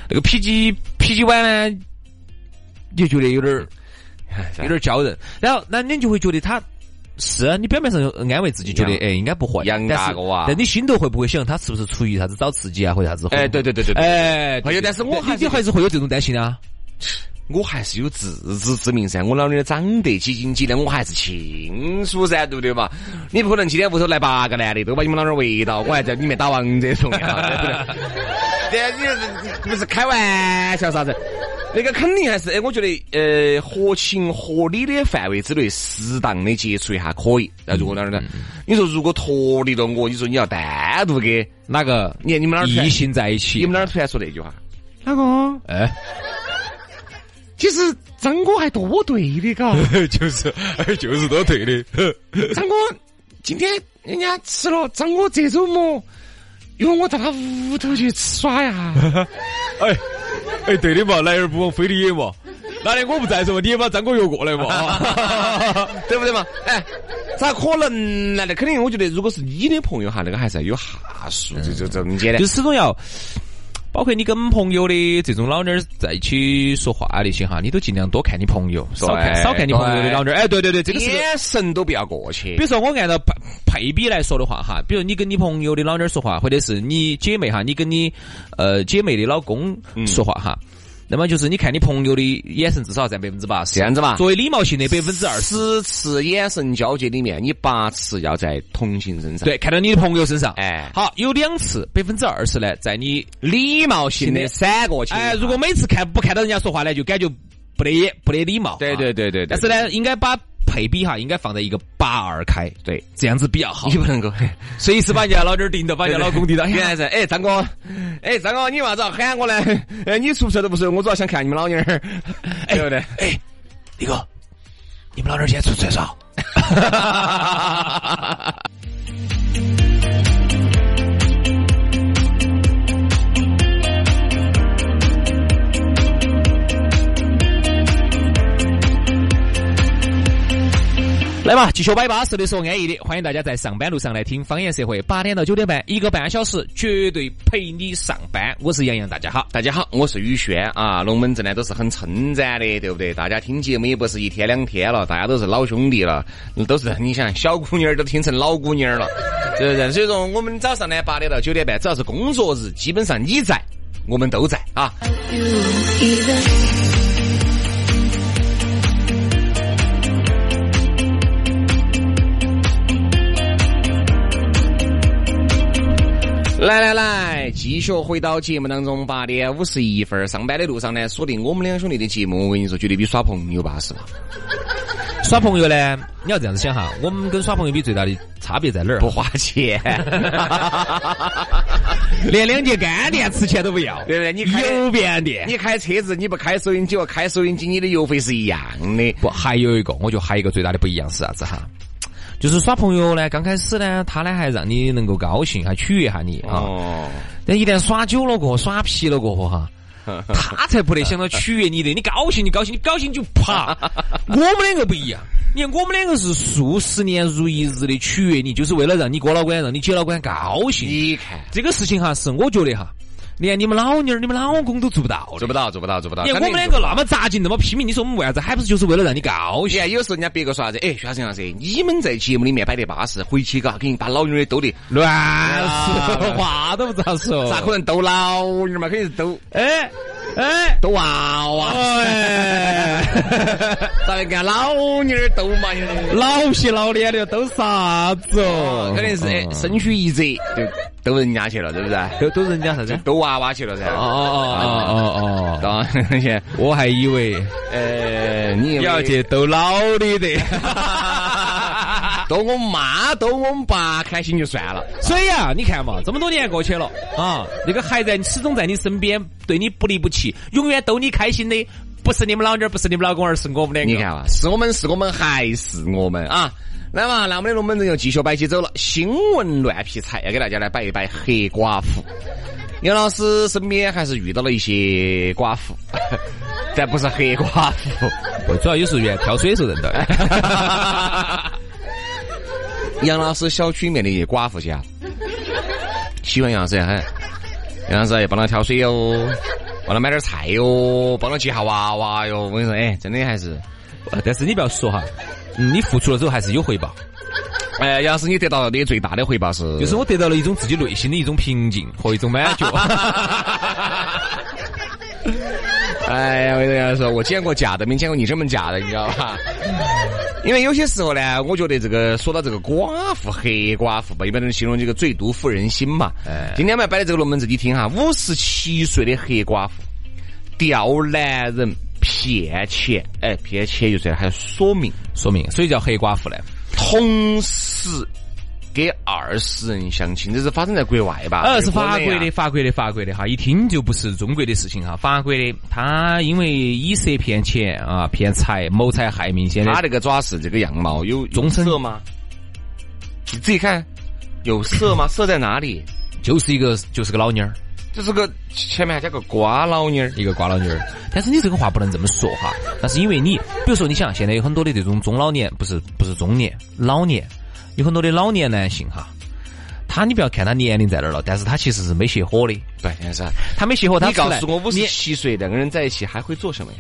S4: 那个脾气脾气歪呢，就觉得有点儿。哎
S3: 哎
S4: 有点教人。然后那你就会觉得他是啊你表面上安慰自己，觉得
S3: 杨
S4: 哎应该不会，
S3: 杨
S4: 但是
S3: 大哥啊
S4: 但你心头会不会想他是不是出于啥子找刺激啊，或者啥子？
S3: 哎对对对对对
S4: 哎，
S3: 哎呀但是我还
S4: 还
S3: 是
S4: 你还是会有这种担心啊。
S3: 我还是有自知之明噻，我老娘儿长得几斤几两，我还是清楚噻，对不对嘛？你不可能今天屋头来八个男的，都把你们老娘儿围到，我还在里面打王者荣耀，对不对？ 这你是不是开玩笑啥子？那个肯定还是，哎，我觉得，呃，合情合理的范围之内，适当的接触一下可以。那如果哪儿呢？你说如果脱离了我，你说你要单独给，
S4: 哪个
S3: 你看你们哪儿
S4: 异性在一起
S3: 你们？哪儿突然说那句话？
S5: 老公，
S4: 哎，
S5: 其实张哥还多对 的，嘎。
S4: 就是哎就是都对的。
S5: 张哥，今天人家吃了，张哥这周末约我到他屋头去耍呀。
S4: 哎哎，对的嘛，来而不往非礼也嘛。哪天我不在时候，你也把张哥约过来嘛。
S3: 对不对嘛？哎，咋可能呢？那肯定，我觉得如果是你的朋友哈，那个还是要有哈数，这这这么简单
S4: 嗯就。始终要，包括你跟朋友的这种老妞儿在一起说话那些哈，你都尽量多看你朋友，少看
S3: 对
S4: 少看你朋友的
S3: 对
S4: 老妞儿。哎，对对对，这个是。
S3: 眼神都不要过去
S4: 比如。说，我按照配配比来说的话，哈，比如你跟你朋友的老妞儿说话，或者是你姐妹哈，你跟你呃姐妹的老公说话哈，那么就是你看你朋友的眼神至少占百分之八十，
S3: 这样子啊吧
S4: 作为礼貌性的百分之二十，
S3: 十次眼神交接里面，你八次要在同性身上。，
S4: 对，看到你的朋友身上，
S3: 哎
S4: 好，有两次百分之二十呢，在你
S3: 礼貌性的闪过去。啊
S4: 哎，如果每次看不看到人家说话呢，就感觉不得不得礼貌。
S3: 对对对
S4: 对。
S3: 对，对
S4: 但是，呢，应该把配比哈，应该放在一个八二开，
S3: 对，
S4: 这样子比较好
S3: 你。不能够。
S4: 随时把人家老弟儿盯到，把人家老公盯到。哎
S3: 原
S4: 呀
S3: 来是哎，张哥，哎，张哥，你为啥子要喊我呢？哎，你出不出都不是，我主要想看你们老娘儿，对不对？
S4: 哎，李哥，你们老弟儿现在出去耍？来吧，继续摆巴适的说安逸的，欢迎大家在上班路上来听方言社会，八点到九点半，一个半小时，绝对陪你上班。我是杨洋，大家好。
S3: 大家好，我是宇轩啊。龙门阵呢都是很称赞的，对不对？大家听节目也不是一天两天了，大家都是老兄弟了，都是你想小姑娘儿都听成老姑娘儿了，对不对？所以说我们早上呢八点到九点半，只要是工作日，基本上你在，我们都在啊。
S2: Even
S3: 来来来，继续回到节目当中，八点五十一分，上班的路上呢，锁定我们两兄弟的节目，我跟你说，绝对比耍朋友巴适了。
S4: 耍哎朋友呢，你要这样子想哈，我们跟耍朋友比最大的差别在哪儿？
S3: 不花钱，
S4: 连两节干店吃钱都不要，
S3: 对不对？你开
S4: 油变 店。
S3: 你开车子，你不开收音机，我开收音机，你的油费是一样的。
S4: 不，还有一个，我就还有一个最大的不一样是啥子哈？就是耍朋友呢，刚开始呢，他呢还让你能够高兴，还取悦下你啊。
S3: 哦，
S4: 但一旦耍久了过后，耍皮了过 后哈，他才不得想到取悦你的，你高兴就高兴，你不高兴就啪。我们两个不一样，你看我们两个是数十年如一日的取悦你，就是为了让你哥老倌、让你姐老倌高兴。
S3: 你看，
S4: 这个事情哈，是我觉得哈，连你们老娘儿、你们老公都做不到
S3: 做
S4: 的。
S3: 不到，做不到，做不到。
S4: 你看
S3: 肯
S4: 我
S3: 定
S4: 们两
S3: 做
S4: 个
S3: 不到
S4: 那么扎劲，那么拼命，你说我们为啥子？还不是就是为了让你高
S3: 你
S4: 兴？
S3: 看，有时候人家别个说啥子，哎，徐老师、杨老师，你们在节目里面摆的巴适，回去嘎，给你把老妞儿的兜的，
S4: 乱说话都不咋说，
S3: 啊咋可能兜老妞儿嘛？肯定是兜
S4: 哎哎，
S3: 兜娃娃，
S4: 哎，
S3: 咋会给人家老妞儿兜嘛？你说
S4: 老皮老脸的都啥子哦？
S3: 肯定是哎身躯一折就兜人家去了，对不对？
S4: 都都人家啥子？
S3: 兜娃娃去了噻。
S4: 哦哦哦哦 哦，
S3: 啊，那些
S4: 我还以为
S3: 呃，你
S4: 你要去逗老的的。
S3: 兜我们妈兜我们爸开心就算了。
S4: 所以啊，你看嘛，这么多年过去了啊，那个还在始终在你身边，对你不离不弃，永远逗你开心的，不是你们老娘儿，不是你们老公，而是我们两个。
S3: 你看嘛，是我们是我们还是我们啊？来嘛，那我们的龙门阵又继续摆起走了。新闻乱劈柴，要给大家来摆一摆黑寡妇。杨老师身边还是遇到了一些寡妇， 但不是黑寡妇。
S4: 不，主要有时候原来挑水的时候认得的。
S3: 杨老师小区里面的一寡妇家，喜欢杨老师得很，杨老师哎也帮他挑水哟，帮他买点菜哟，帮他接下娃娃哟。我跟你说，哎，真的还是，
S4: 但是你不要说哈，嗯你付出了之后还是有回报，
S3: 哎，杨老师你得到的最大的回报是，
S4: 就是我得到了一种自己内心的一种平静和一种满足。
S3: 哎呀，我跟大家说，我见过假的，没见过你这么假的，你知道吧？ 因为有些时候呢，我觉得这个说到这个寡妇、黑寡妇吧，一般都是形容这个最毒妇人心嘛。
S4: 哎
S3: 今天我们摆的这个龙门阵，你听哈，五十七岁的黑寡妇，吊男人骗钱，哎，骗钱就算了，还索命，
S4: 说明，所以叫黑寡妇呢。
S3: 同时给二十人相亲，这是发生在国啊外吧？
S4: 呃，是法
S3: 美
S4: 国
S3: 呀
S4: 的，法国的，法国的哈，一听就不是中国的事情哈。法国的，他因为以色骗钱啊，骗财谋财害命，现在
S3: 他那个爪是这个样貌有
S4: 终身
S3: 色吗？你自己看，有色吗？色在哪里？
S4: 就是一个就是个老妞儿，
S3: 这是个前面还加个瓜老妞儿。
S4: 一个瓜老妞儿。但是你这个话不能这么说哈，那是因为你，比如说你想，现在有很多的这种中老年，不是不是中年，老年，有很多的老年男性哈，他你不要看他年龄在那儿了，但是他其实是没熄火的，
S3: 对，啊先生，
S4: 他没熄火，他
S3: 你告
S4: 出来
S3: 诉我，五十
S4: 你
S3: 七岁两个人在一起还会做 什么呀？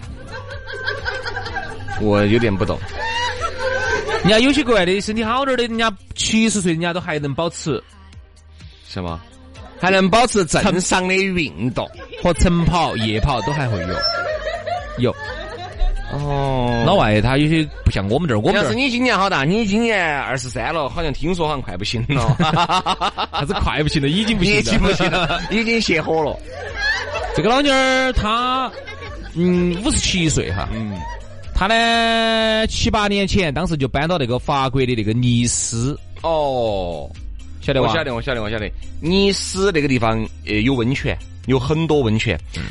S3: 我有点不懂。
S4: 人家有些国外的身体好点儿的，人家七十岁人家都还能保持
S3: 什么？还能保持正常的运动？
S4: 和晨跑、夜跑都还会有。有
S3: 哦
S4: 老外他有些不像我们这儿，我们
S3: 要
S4: 这
S3: 是
S4: 儿
S3: 你今年好大？你今年二十三了，好像听说好像快 不行了，
S4: 啥子快不行了，已经不行
S3: 已经不
S4: 了。
S3: 行了， 已经熄火了。
S4: 这个老妞儿她嗯五十七岁哈，
S3: 嗯，
S4: 她呢七八年前当时就搬到那个法国的那个尼斯，
S3: 哦。
S4: 晓得吧？
S3: 我晓得，我晓得，我晓得。尼斯那个地方呃有温泉，有很多温泉。
S4: 嗯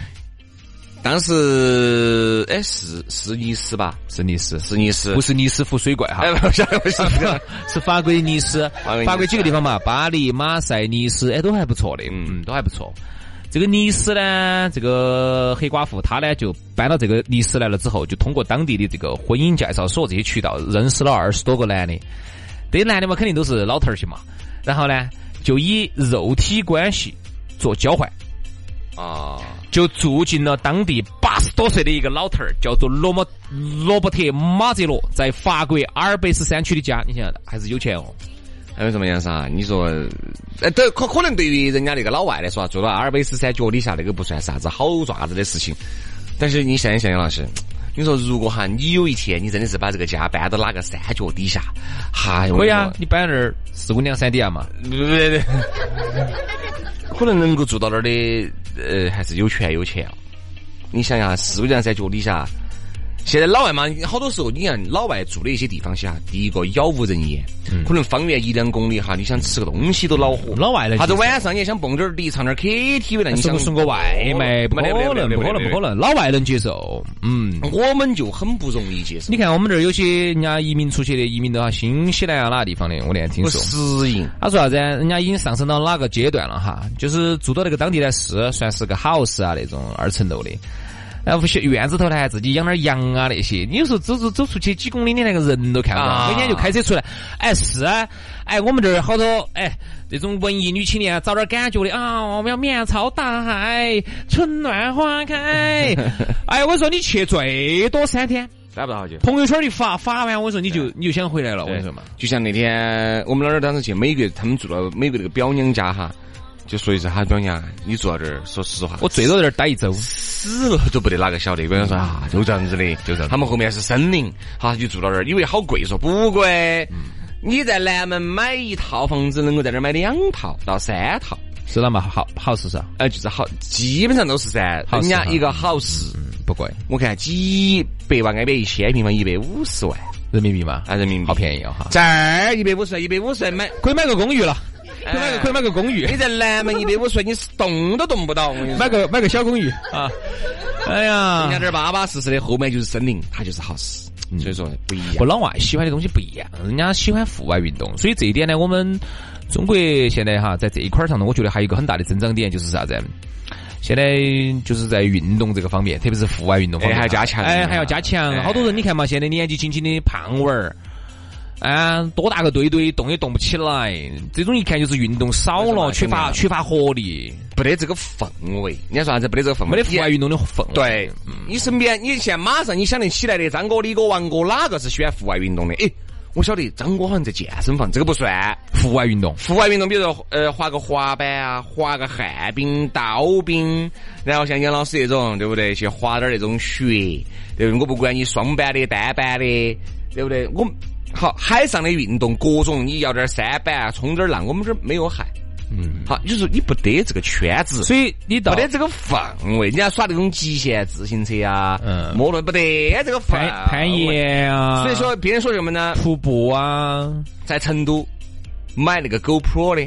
S3: 当时哎是是尼斯吧？
S4: 是尼斯，
S3: 是尼斯
S4: 不。是尼斯湖水怪哈。
S3: 哎，我晓得，我晓得。
S4: 是法国的尼斯
S3: 国的尼，斯
S4: 法国几个地方嘛，巴黎、马赛、尼斯，哎，都还不错的，
S3: 嗯
S4: 嗯，都还不错。这个尼斯呢，这个黑寡妇她呢就搬到这个尼斯来了之后，就通过当地的这个婚姻介绍所这些渠道，认识了二十多个男的。这些男的嘛，肯定都是老头儿些嘛。然后呢，就以肉体关系做交换，
S3: 啊，
S4: 就住进了当地八十多岁的一个老头儿，叫做罗莫罗伯特马泽罗，在法国阿尔卑斯山区的家。你想想，还是有钱哦。
S3: 还有什么样啥？你说，哎，都可可能对于人家那个老外来说啊，住到阿尔卑斯山脚底下那个不算啥子好爪子的事情。但是你想一想，杨老师，你说如果哈，你有一天你真的是把这个家搬到哪个山脚底下，嗨，我
S4: 可
S3: 跟
S4: 以
S3: 你
S4: 啊
S3: 说，
S4: 你摆那儿四姑娘山底下嘛，
S3: 不不不， 可能能够住到那儿啊的，呃，还是有权有钱哦。你想一下，四姑娘在脚底下，现在老外嘛，好多时候你看老外住的一些地方些哈，第一个杳无人烟，可能方圆一两公里哈，你想吃个东西都恼火。
S4: 嗯老外呢哎
S3: 啥子晚上你也想蹦点儿迪，唱点儿 KTV 了，你想
S4: 送个送个外卖，不
S3: 没
S4: 可
S3: 得没得
S4: 能，不
S3: 没得没得
S4: 可能，不可能，老外能接受。嗯，
S3: 我们就很不容易接受，
S4: 你看我们这儿有些人家移民出去的，移民到新西兰啊哪个地方的，我那天听
S3: 不
S4: 说。
S3: 适应。
S4: 他说啥子？人家已经上升到哪个阶段了哈？就是住到那个当地呢，是算是个 house 啊那种二层楼的。然后院子头呢，自己养点羊啊那些。你有时候走走走出去几公里，你连个人都看不
S3: 啊
S4: 到。每天就开车出来，哎是啊，哎我们这儿好多哎这种文艺女青年啊，找点感觉的啊，我们要面朝大海，春暖花开。哎，我说你去最多三天，
S3: 待不到好久。
S4: 朋友圈一发发完，我说你就你就想回来了，我跟你说嘛。
S3: 就像那天我们老儿当时去美国，他们住到美国那个表娘家哈，就说一声哈表娘，你住到这儿，说实话，
S4: 我最多在这儿待一周。
S3: 死了都不得哪个晓得。表娘说啊，就这样子的，就这样。他们后面是森林，哈，就住到这儿，以为好贵，说不贵。你在南门买一套房子，能够在这儿买两套到三套，
S4: 是那么好好事是吧？
S3: 呃，就是好，基本上都是噻。
S4: 好
S3: 人
S4: 事
S3: 家
S4: 哈
S3: 一个好嗯事，
S4: 不贵，
S3: 我看几百万，挨边一千平方一百五十万
S4: 人民币嘛，
S3: 啊人民币，
S4: 好便宜啊哈！
S3: 这儿一百五十万，一百五十万买。
S4: 可以买个公寓了，可以买
S3: 哎
S4: 个可以买个公 寓
S3: 你，在南门一百五十万，你是动都动不到。我跟你说，
S4: 买个买个小公寓啊！哎
S3: 人家
S4: 呀，
S3: 这儿巴巴适适的，后面就是森林，它就是好事。所以说不一
S4: 嗯不，
S3: 样。
S4: 老外喜欢的东西不一样，人家喜欢户外运动，所以这一点呢，我们中国现在哈在这一块儿上呢，我觉得还有一个很大的增长点就是啥子？现在就是在运动这个方面，特别是户外运动方面
S3: 哎
S4: 啊，
S3: 还要加强
S4: 哎，还要加强。
S3: 哎
S4: 好多人你看嘛，现在年纪轻轻的胖娃儿。啊，多大个堆堆，动也动不起来，这种一看就是运动少
S3: 为什么
S4: 了，缺乏缺乏活力，
S3: 不得这个氛围，人家说啥子？不得这个氛围，
S4: 没得户外运动的嗯氛围。
S3: 对，你身边，你现在马上你想得起来的，张哥、李哥、王哥，哪个是喜欢户外运动的？哎，我晓得张哥好像在健身房，这个不算。
S4: 户外运动，
S3: 户外运动，比如说呃，滑个滑板啊，滑个旱冰、刀冰，然后像杨老师那种，对不对？去滑点那种雪，对不对？我不管你双板的、单板的，对不对？我们好，海上的运动各种，你要点三板啊，冲点浪，我们这儿没有海。嗯，好，就是你不得这个圈子，
S4: 所以你到
S3: 没得这个氛围，人家耍那种极限自行车啊，
S4: 嗯
S3: 摩托不得这个氛
S4: 攀
S3: 围。
S4: 攀岩啊，
S3: 所以说别人说什么呢？
S4: 徒步啊，
S3: 在成都买那个 GoPro 的，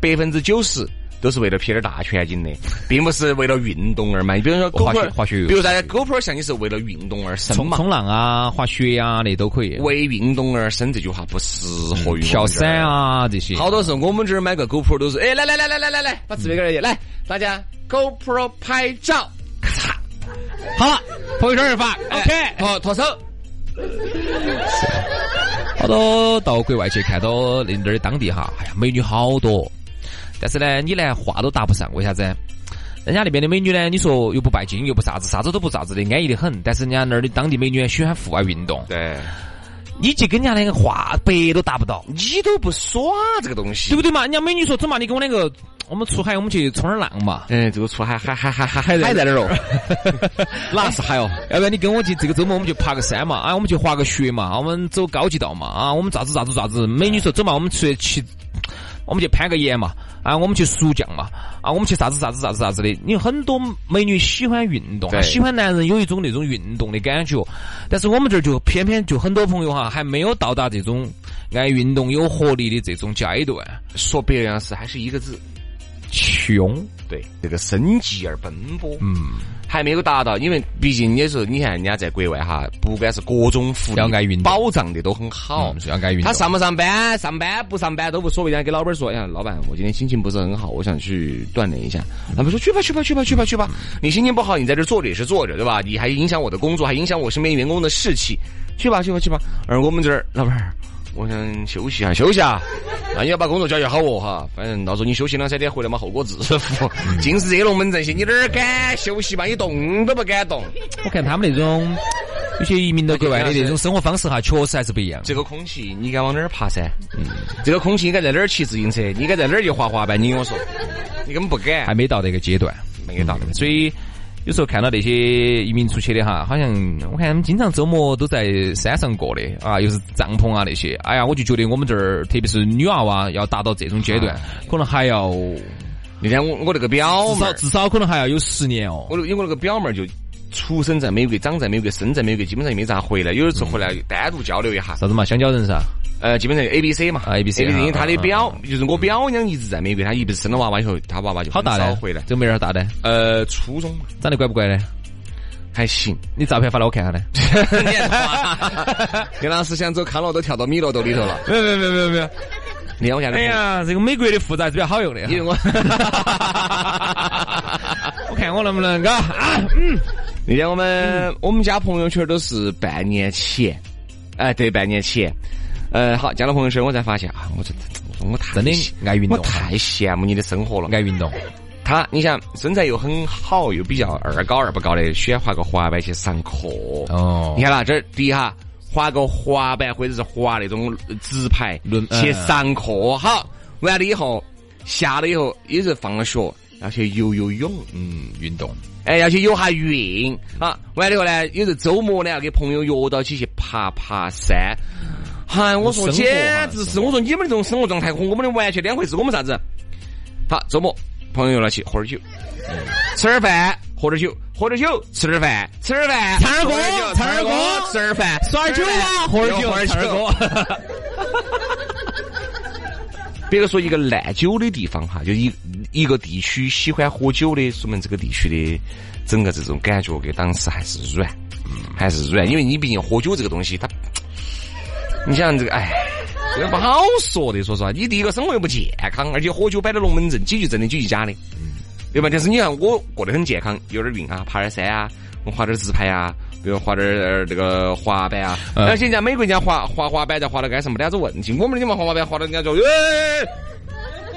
S3: 百分之九十都是为了撇点大全 景的，并不是为了运动而买。比如说
S4: 滑雪
S3: GoPro，
S4: 滑雪
S3: 比如大家 GoPro 像你是为了运动而生
S4: 冲
S3: 嘛？
S4: 冲浪啊，滑雪呀，那都可以，哦
S3: 为运动而生这句话不适合于我们
S4: 嗯跳伞啊这些
S3: 这儿。。好多时候我们这儿买个 GoPro 都是，哎，来来来来来来来，把自拍杆儿去，来大家 GoPro 拍照，咔嚓，
S4: 好了，朋友圈一发
S3: 哎
S4: ，OK。
S3: 脱脱手。
S4: 好多到国外去看到那那儿的当地哈，哎呀，美女好多，但是呢，你连话都搭不上，为啥子？人家那边的美女呢，你说又不拜金，又不啥子，啥子都不啥子的，安逸的很。但是人家那儿的当地美女呢喜欢户外运动，
S3: 对，
S4: 你去跟人家连个话白都搭不到。
S3: 你都不耍这个东西，
S4: 对不对嘛？人家美女说走嘛，你跟我两个，我们出海，我们去冲点浪嘛。
S3: 哎，这个出海还还还还还还在那 儿哦，那是海哦。
S4: 要不然你跟我去这个周末我们去爬个山嘛，啊，我们去滑个雪嘛，啊我们走高级道嘛，啊，我们咋子咋子咋子。美女说走嘛，我们去去，我们去攀个岩嘛，啊，我们去蜀降嘛，啊，我们去啥子啥子啥子啥子的。你很多美女喜欢运动啊
S3: 对，
S4: 喜欢男人有一种那种运动的感觉，但是我们这儿就偏偏就很多朋友哈还没有到达这种爱运动有活力的这种阶段，
S3: 说白了是还是一个字，
S4: 穷，
S3: 对，这个生计而奔波，
S4: 嗯，
S3: 还没有达到，因为毕竟有时候你看人家在国外哈，不管是各种福利
S4: 要爱运动
S3: 保障的都很好。
S4: 嗯是要爱运动。
S3: 哦他上不上班，上班不上班都无所谓。人家给老板说：“哎呀，老板，我今天心情不是很好，我想去锻炼一下。”老板说：“去吧，去吧，去吧，去吧，去吧。你心情不好，你在这坐着也是坐着，对吧？你还影响我的工作，还影响我身边员工的士气。去吧，去吧，去吧。”而我们这儿，老板儿，我想休息一下，休息啊。那你要把工作交接好哦，哈。反正到时候你休息两三天回来嘛，后果 自负。尽是这龙门阵些，你哪儿敢休息嘛？你动都不敢动。
S4: 我看他们那种有些移民到国外的那种生活方式哈，确实还是不一样。
S3: 这个空气，你该往哪儿爬噻？嗯这个空气应该在哪儿骑自行车？你应该在哪儿去滑滑板？你跟我说，你根本不
S4: 还
S3: 敢，
S4: 没到那个阶段，嗯
S3: 没到那个。
S4: 所以有时候看到那些移民出去的哈，好像我看他们经常周末都在山上过的啊，又是帐篷啊那些。哎呀，我就觉得我们这儿特别是女娃娃要达到这种阶段，可能还要
S3: 那天我我那个表
S4: 至
S3: 妹
S4: 少
S3: 儿，
S4: 至少可能还要有十年哦
S3: 我。那个因为我那个表妹儿就出生在美国、长在美国、生在美国，基本上也没咋回来。有的时候回来单独交流一下，
S4: 啥子嘛？香蕉人是吧？
S3: 呃，基本上 A B C 嘛
S4: 啊 ABC
S3: 因为他的
S4: 啊
S3: 表就是我表娘一直在美国，他一不是生了娃娃以后，他娃娃就
S4: 好大
S3: 很
S4: 的
S3: 少，回来。
S4: 这个妹儿好大的，
S3: 呃，初中嘛
S4: 长得乖不乖的？
S3: 还行。
S4: 你照片发来我看 下呢。
S3: 刘老师想走康乐都跳到米乐豆里头了，
S4: 没有没有没有没有没有。
S3: 你看我现在
S4: 哎呀，这个美国的护照还是比较好用的哈。
S3: 因为我
S4: 我看我能不能，嘎、啊，
S3: 那天我们、我们家朋友圈都是半年前，哎，对，半年前。呃，好，加了朋友圈，我才发现啊，我这我说我太
S4: 真的
S3: 羡
S4: 爱运动
S3: 我太羡慕你的生活了。
S4: 爱运动。
S3: 他，你想身材又很好，又比较二高二不高的，喜欢滑个滑板去上课。
S4: 哦
S3: 你看啦，这儿第一哈，滑个滑板或者是滑那种呃直排
S4: 轮
S3: 去
S4: 嗯
S3: 上课，好，完了以后下了以后也是放了学，要去游游泳，
S4: 嗯，运动。
S3: 哎，要去游下韵啊。完了以后呢，有时候周末呢要跟朋友约到起去爬爬山。嗨，我说
S4: 生活
S3: 简
S4: 啊
S3: 直是，我说你们这种生活状态和我们的完全两回事。我们啥子？好，周末朋友约了起喝点酒，吃点饭，喝点酒，喝点酒，吃点饭，吃点饭，
S4: 唱点歌
S3: 喝点酒
S4: 唱
S3: 唱
S4: 点
S3: 点
S4: 歌
S3: 歌，吃点饭，
S4: 耍
S3: 吃
S4: 酒
S3: 点
S4: 啊，
S3: 饭
S4: 喝点酒，
S3: 又喝点
S4: 唱点
S3: 酒。
S4: 歌。
S3: 别个说一个烂酒的地方哈，就一一个地区喜欢喝酒的，说明这个地区的整个这种感觉跟当时还是软，嗯还是软，因为你毕竟喝酒这个东西，它，你想这个哎。这个不好说的，说实话，你第一个生活又不健康，而且喝酒摆的龙门阵，几句真的几句假的，对吧？但是你看我过得很健康，有点运啊，爬点山啊，我滑点直排啊，比如滑点儿这个滑板啊。
S4: 嗯
S3: 而且人家美国人家滑滑滑板在滑到街上没得啥子问题，我们这嘛滑滑板滑到人家说，哎，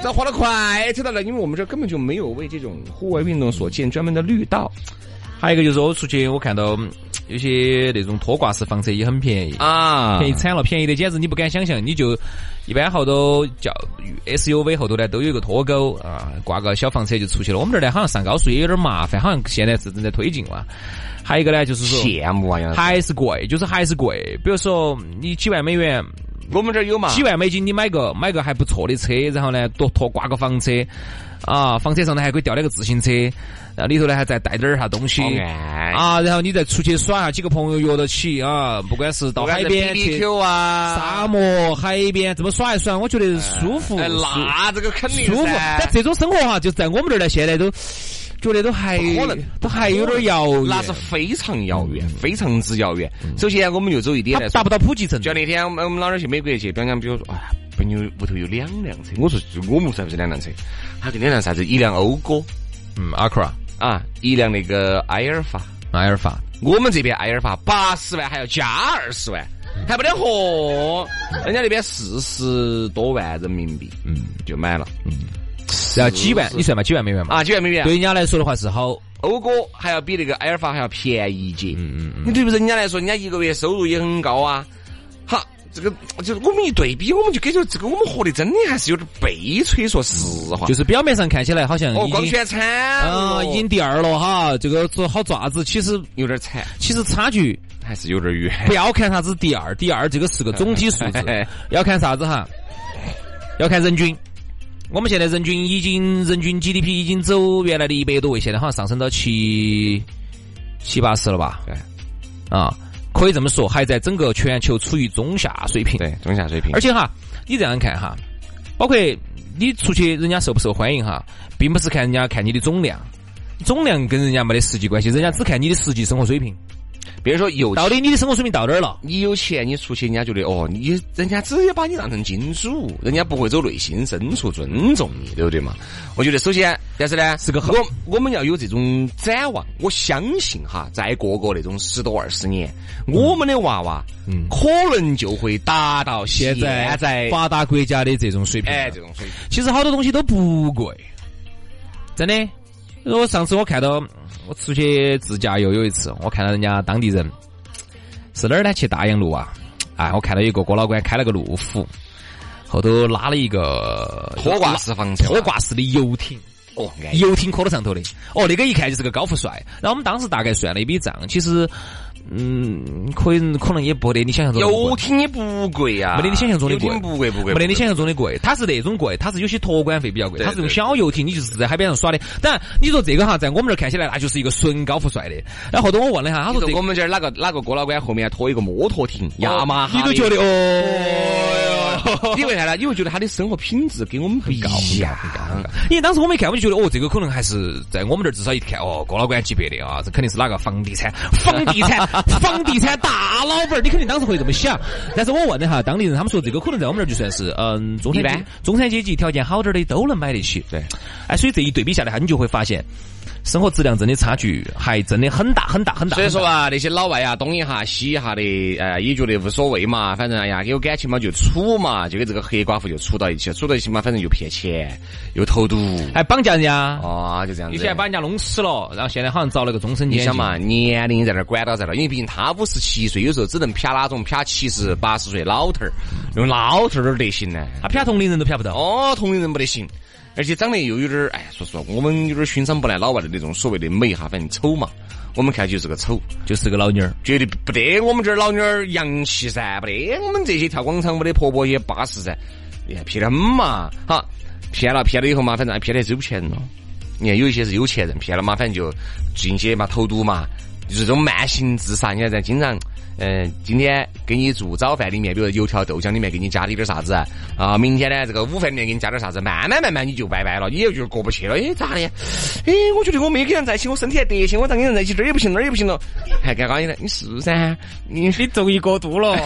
S3: 这滑得快，扯到了，因为我们这根本就没有为这种户外运动所建专门的绿道
S4: 还有一个就是我出去，我看到嗯有些那种拖挂式房车也很便宜。
S3: 啊
S4: 便宜惨了，便宜的简直你不敢想象。你就一般后头叫 SUV 后头呢，都有一个拖钩啊，挂个小房车就出去了。我们这儿呢，好像上高速也有点麻烦，好像现在是正在推进嘛。还有一个呢，就是说
S3: 羡慕啊，杨老师
S4: 还是贵，就是还是贵。比如说你几万美元，
S3: 我们这儿有嘛？
S4: 几万美金，你买个买个还不错的车，然后呢，多拖挂个房车，啊，房车上头还可以吊两个自行车，然后里头呢还再带点儿啥东西。
S3: 爱
S4: 啊，然后你再出去耍下，几个朋友约到起啊，不管是到海边去
S3: BBQ 啊，
S4: 沙漠、海边这么耍一耍，我觉得舒服，
S3: 哎，
S4: 舒
S3: 那这个肯定
S4: 舒服。
S3: 噻
S4: 但这种生活哈，就在我们这儿呢，现在都觉得都还
S3: 不可能
S4: 都还有点遥远，
S3: 那是非常遥远，非常之遥远。首先，我们就走一点来
S4: 它
S3: 说
S4: 达不到普及程
S3: 就
S4: 度
S3: 像。那天我们我们老儿去美国去，表讲比如说，哎呀，朋友屋头有两辆车，我说我们屋头还不是两辆车，他就两辆啥子，一辆讴歌
S4: 嗯，阿克拉、
S3: 啊，一辆那个埃尔法。
S4: 埃尔法，
S3: 我们这边埃尔法八十万还要加二十万，还不得货，人家那边四十多万人民币，嗯，就买了
S4: 然后几万，你算嘛，几万美元嘛？
S3: 啊，几万美元。
S4: 对人家来说的话是好，
S3: 讴歌还要比那个埃尔法还要便宜一截。嗯嗯嗯。你对于人家来说，人家一个月收入也很高啊。好，这个就是我们一对比，我们就感觉这个我们活得真的还是有点悲催。说实话，
S4: 嗯就是表面上看起来好像
S3: 哦，
S4: 已
S3: 光哦
S4: 经
S3: 选惨
S4: 啊、
S3: 了，
S4: 已经第二了哈，这个做好爪子，其实
S3: 有点惨，
S4: 其实差距
S3: 还是有点远。
S4: 不要看啥子第二，第二这个是个总体 数字，
S3: 哎
S4: 要看啥子哈？要看人均。我们现在人均已经人均 GDP 已经走原来的一百多位，现在好像上升到七七八十了吧？
S3: 对
S4: 啊，可以这么说，还在整个全球处于中下水平。
S3: 对，中下水平
S4: 而。且哈，你这样看哈，包括你出去人家受不受欢迎哈，并不是看人家看你的总量，总量跟人家没得实际关系，人家只看你的实际生活水平，
S3: 比如说有
S4: 到底你的生活水平到哪儿了？
S3: 你有钱，你出去，人家觉得哦，你人家直接把你当成金主，人家不会走内心深处尊重你，对不对嘛？我觉得首先，但是呢，是个我我们要有这种展望，我相信哈，再过个那种十多二十年，我们的娃娃，嗯，可能就会达到现在
S4: 发达国家的这种水平，
S3: 哎这种水平。
S4: 其实好多东西都不贵，真的。我上次我看到我出去自驾游有一次，我看到人家当地人是哪儿呢？去大洋路啊！哎，我看到有个郭老倌开了个路虎，后头拉了一个
S3: 拖挂式房车，
S4: 拖挂式的游艇。
S3: 哦，安逸
S4: 游艇壳头上头的。哦，那个一看就是个高富帅。然后我们当时大概算了一笔账，其实嗯，可以可能也不得你想象中的
S3: 游
S4: 贵，
S3: 艇也不贵呀、啊，
S4: 没得你想象中的
S3: 游
S4: 贵，
S3: 艇不贵不贵，
S4: 没得你想象中的贵。它是那种贵，它是有些托管费比较贵，
S3: 对
S4: 它是用
S3: 对
S4: 小游艇，你就是在海边上耍的。当然，你说这个哈，在我们这儿看起来那就是一个纯高富帅的。然后后头我问了一下，他
S3: 你
S4: 说
S3: 说
S4: 这
S3: 我
S4: 个，
S3: 们这儿哪个哪个郭老倌后面拖一个摩托艇，雅马哈
S4: 哦你
S3: 的，
S4: 都觉得哦。
S3: 因为啥呢？因为觉得他的生活品质跟我们不一样。
S4: 因为当时我们一看，我就觉得哦，这个可能还是在我们这儿至少一看哦，郭老倌级别的啊，这肯定是哪个房地产、房地产、 房地产大老板儿，你肯定当时会这么想。但是我问了哈，当地人他们说这个可能在我们这儿就算是嗯中产
S3: 一
S4: 阶
S3: 般
S4: 中产阶级条件好点儿的都能买得起。
S3: 对，
S4: 哎，所以这一对比下来哈，你就会发现生活质量真的差距还真的很大很大很大。
S3: 所以说
S4: 很大，
S3: 吧，那些老外啊，东一下西一下的，呃，也觉得无所谓嘛，反正哎呀，有感情嘛就处嘛，就跟这个黑寡妇就处到一起了，处到一起嘛，反正又骗钱，又投毒，
S4: 还哎绑架人家，
S3: 啊，就这样
S4: 有
S3: 子
S4: 些还。把人家弄死了，然后现在好像遭了个终身监
S3: 你
S4: 禁。
S3: 想嘛，年龄在那儿管到在那儿，因为毕竟他五十七岁，有时候只能啪哪种啪七十八十岁老头儿，用老头儿的德行呢。
S4: 啊，啪同龄人都啪不到。
S3: 哦，同龄人不得行，而且长得又有点儿，哎，说实话，我们有点儿欣赏不来老外的那种所谓的美哈，反正丑嘛，我们看就是个丑，
S4: 就是个老妞儿，
S3: 绝对不得我们这儿老妞儿洋气噻，不得我们这些跳广场舞的婆婆也巴适噻，你看骗得很嘛，好，骗了骗了以后嘛，反正还骗得收钱了，你看有一些是有钱人骗了嘛，反正就进去嘛投毒嘛，就是这种慢性自杀，你看咱经常。嗯、今天给你做早饭里面，比如油条、豆浆里面给你加了一点啥子啊？明天呢，这个午饭里面给你加点啥子？慢慢慢慢你就拜拜了，你也就过不去了。哎，咋的？哎，我觉得我没跟人在一起，我身体还得行，我咋跟人在一起这儿也不行，那儿也不行了，还尴尬你呢？你是噻，你
S4: 你中一过度了。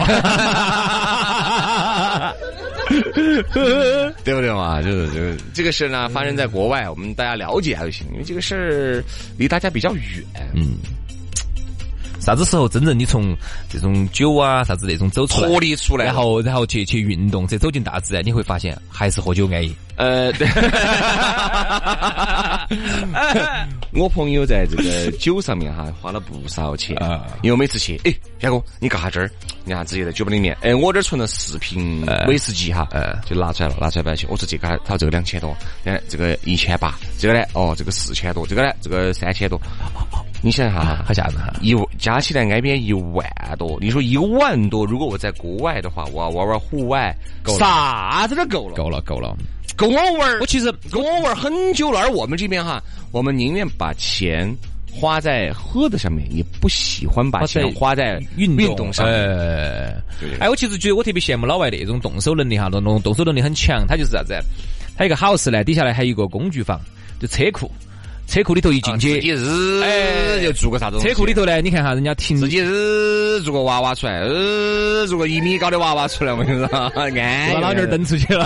S3: 对不对嘛？就是这个 这个事儿呢，发生在国外，我们大家了解一下就行，因为这个事儿离大家比较远。
S4: 啥子时候真正你从这种酒啊啥子那种走出来
S3: 脱，离出来，
S4: 然后然后去去运动，再走进大自然，你会发现还是喝酒安逸。
S3: 呃，对我朋友在这个酒上面哈花了不少钱
S4: 啊，
S3: 因为我每次去，哎，轩哥，你干啥这儿？你看直接在酒吧里面，哎，我这儿存了四瓶威士忌哈，就拿出来了，拿出来摆起。我说这个还，他说这个两千多，哎，这个一千八，这个呢，哦，这个四千多，这个呢，这个三千多。你想一下哈，
S4: 好吓人哈！
S3: 一万加起来挨边一万多。你说一万多，如果我在国外的话，我要玩玩户外，
S4: 了
S3: 啥子都够了，
S4: 够了够了，
S3: 够我玩儿
S4: 我其实
S3: 跟我玩儿很久了。而我们这边哈，我们宁愿把钱花在喝的上面，也不喜欢把钱花在
S4: 运
S3: 运动上面。
S4: 呃
S3: 对对对
S4: 哎，我其实觉得我特别羡慕老外那种动手能力哈，那种动手能力很强。他就是啥子？他一个 house 呢，底下呢还有一个工具房，就车库。车库里头一进
S3: 啊自己
S4: 去，
S3: 日
S4: 哎
S3: 就做个啥子东西
S4: 车库里头呢，你看哈，人家停
S3: 自己日做个娃娃出来，日做个一米高的娃娃出来，我跟你说，哎安 逸
S4: 把老妞儿蹬出去 了。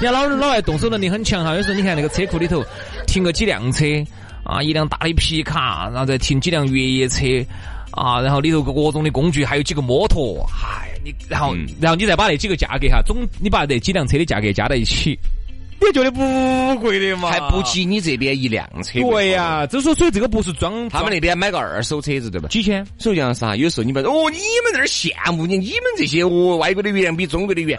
S4: 人家哎老老外动手能力很强哈，有时候你看那个车库里头停个几辆车啊，一辆大的皮卡，然后再停几辆越野车啊，然后里头各种的工具，还有几个摩托，哎，你然后、
S3: 嗯
S4: 然后你再把那几个价格哈，总你把那几辆车的价格加在一起，你还觉得不贵的嘛？
S3: 还不及你这边一辆车贵。
S4: 对呀、这所所以这个不是装
S3: 他们那边买个二手车子，对吧？
S4: 几千。
S3: 所以讲啥？有时候你们哦，你们在这儿羡慕你，你们这些哦，外国的远比中国的 远。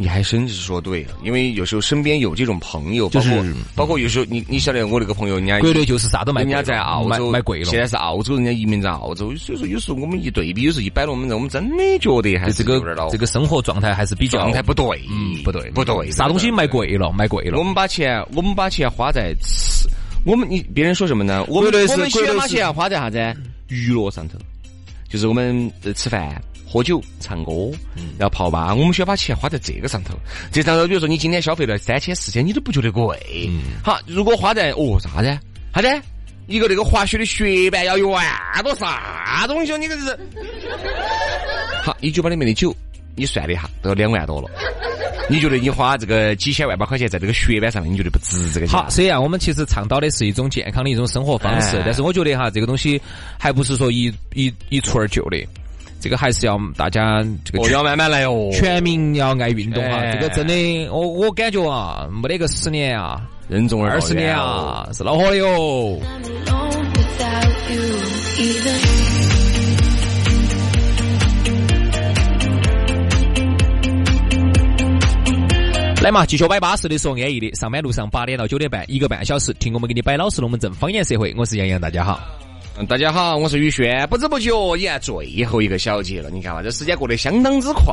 S3: 你还真是说对了，因为有时候身边有这种朋友，包括、
S4: 就是嗯
S3: 包括有时候你你晓得我那个朋友，人家
S4: 国内就是啥都卖
S3: 人
S4: 贵了，
S3: 家在澳洲
S4: 卖卖贵了
S3: 现。在是澳洲人家移民在澳洲，所以说有时候我们一对比，有时候一摆龙门阵，我们真的觉得还
S4: 这
S3: 是有点儿
S4: 个
S3: 了
S4: 这个生活状态还是比较
S3: 状态不对，
S4: 嗯，不对，
S3: 不对，
S4: 啥东西卖贵了，卖贵了
S3: 我。们把钱，我们把钱花在吃，我们你别人说什么呢？我们
S4: 贵的是
S3: 我们喜
S4: 贵
S3: 欢
S4: 的
S3: 把
S4: 是
S3: 钱花在啥子？娱乐上头，就是我们呃吃饭、喝酒、唱歌，
S4: 嗯
S3: 然后泡吧。我们喜欢把钱花在这个上头。这上头，比如说你今天消费了三千、四千，你都不觉得贵。
S4: 嗯
S3: 好，如果花在哦啥子？啥子？一个那个滑雪的雪板要一万多，啥东西哦？你这是？好，一酒吧里面的酒，你算了一下，都要两万 多了。你觉得你花这个几千万把块钱在这个雪板上面，你觉得不值这个钱？
S4: 好，虽然我们其实倡导的是一种健康的一种生活方式
S3: 哎，
S4: 但是我觉得哈，这个东西还不是说一一一蹴而就的，这个还是要大家这个
S3: 我
S4: 全
S3: 要慢慢来哦。
S4: 全民要爱运动哈
S3: 哎。
S4: 这个真的，我我感觉啊，没得个十年啊、
S3: 任重而
S4: 二十年
S3: 道
S4: 啊，是恼火的
S2: I'm
S4: 哟。，
S2: alone without you, even.
S4: 来嘛，继续摆巴适的，说安逸的。上班路上八点到九点半，一个半小时，听我们给你摆老实龙门阵，方言社会。我是杨洋，大家好。
S3: 远。嗯大家好，我是宇轩。不知不觉也最后一个小节了，你看嘛，这时间过得相当之快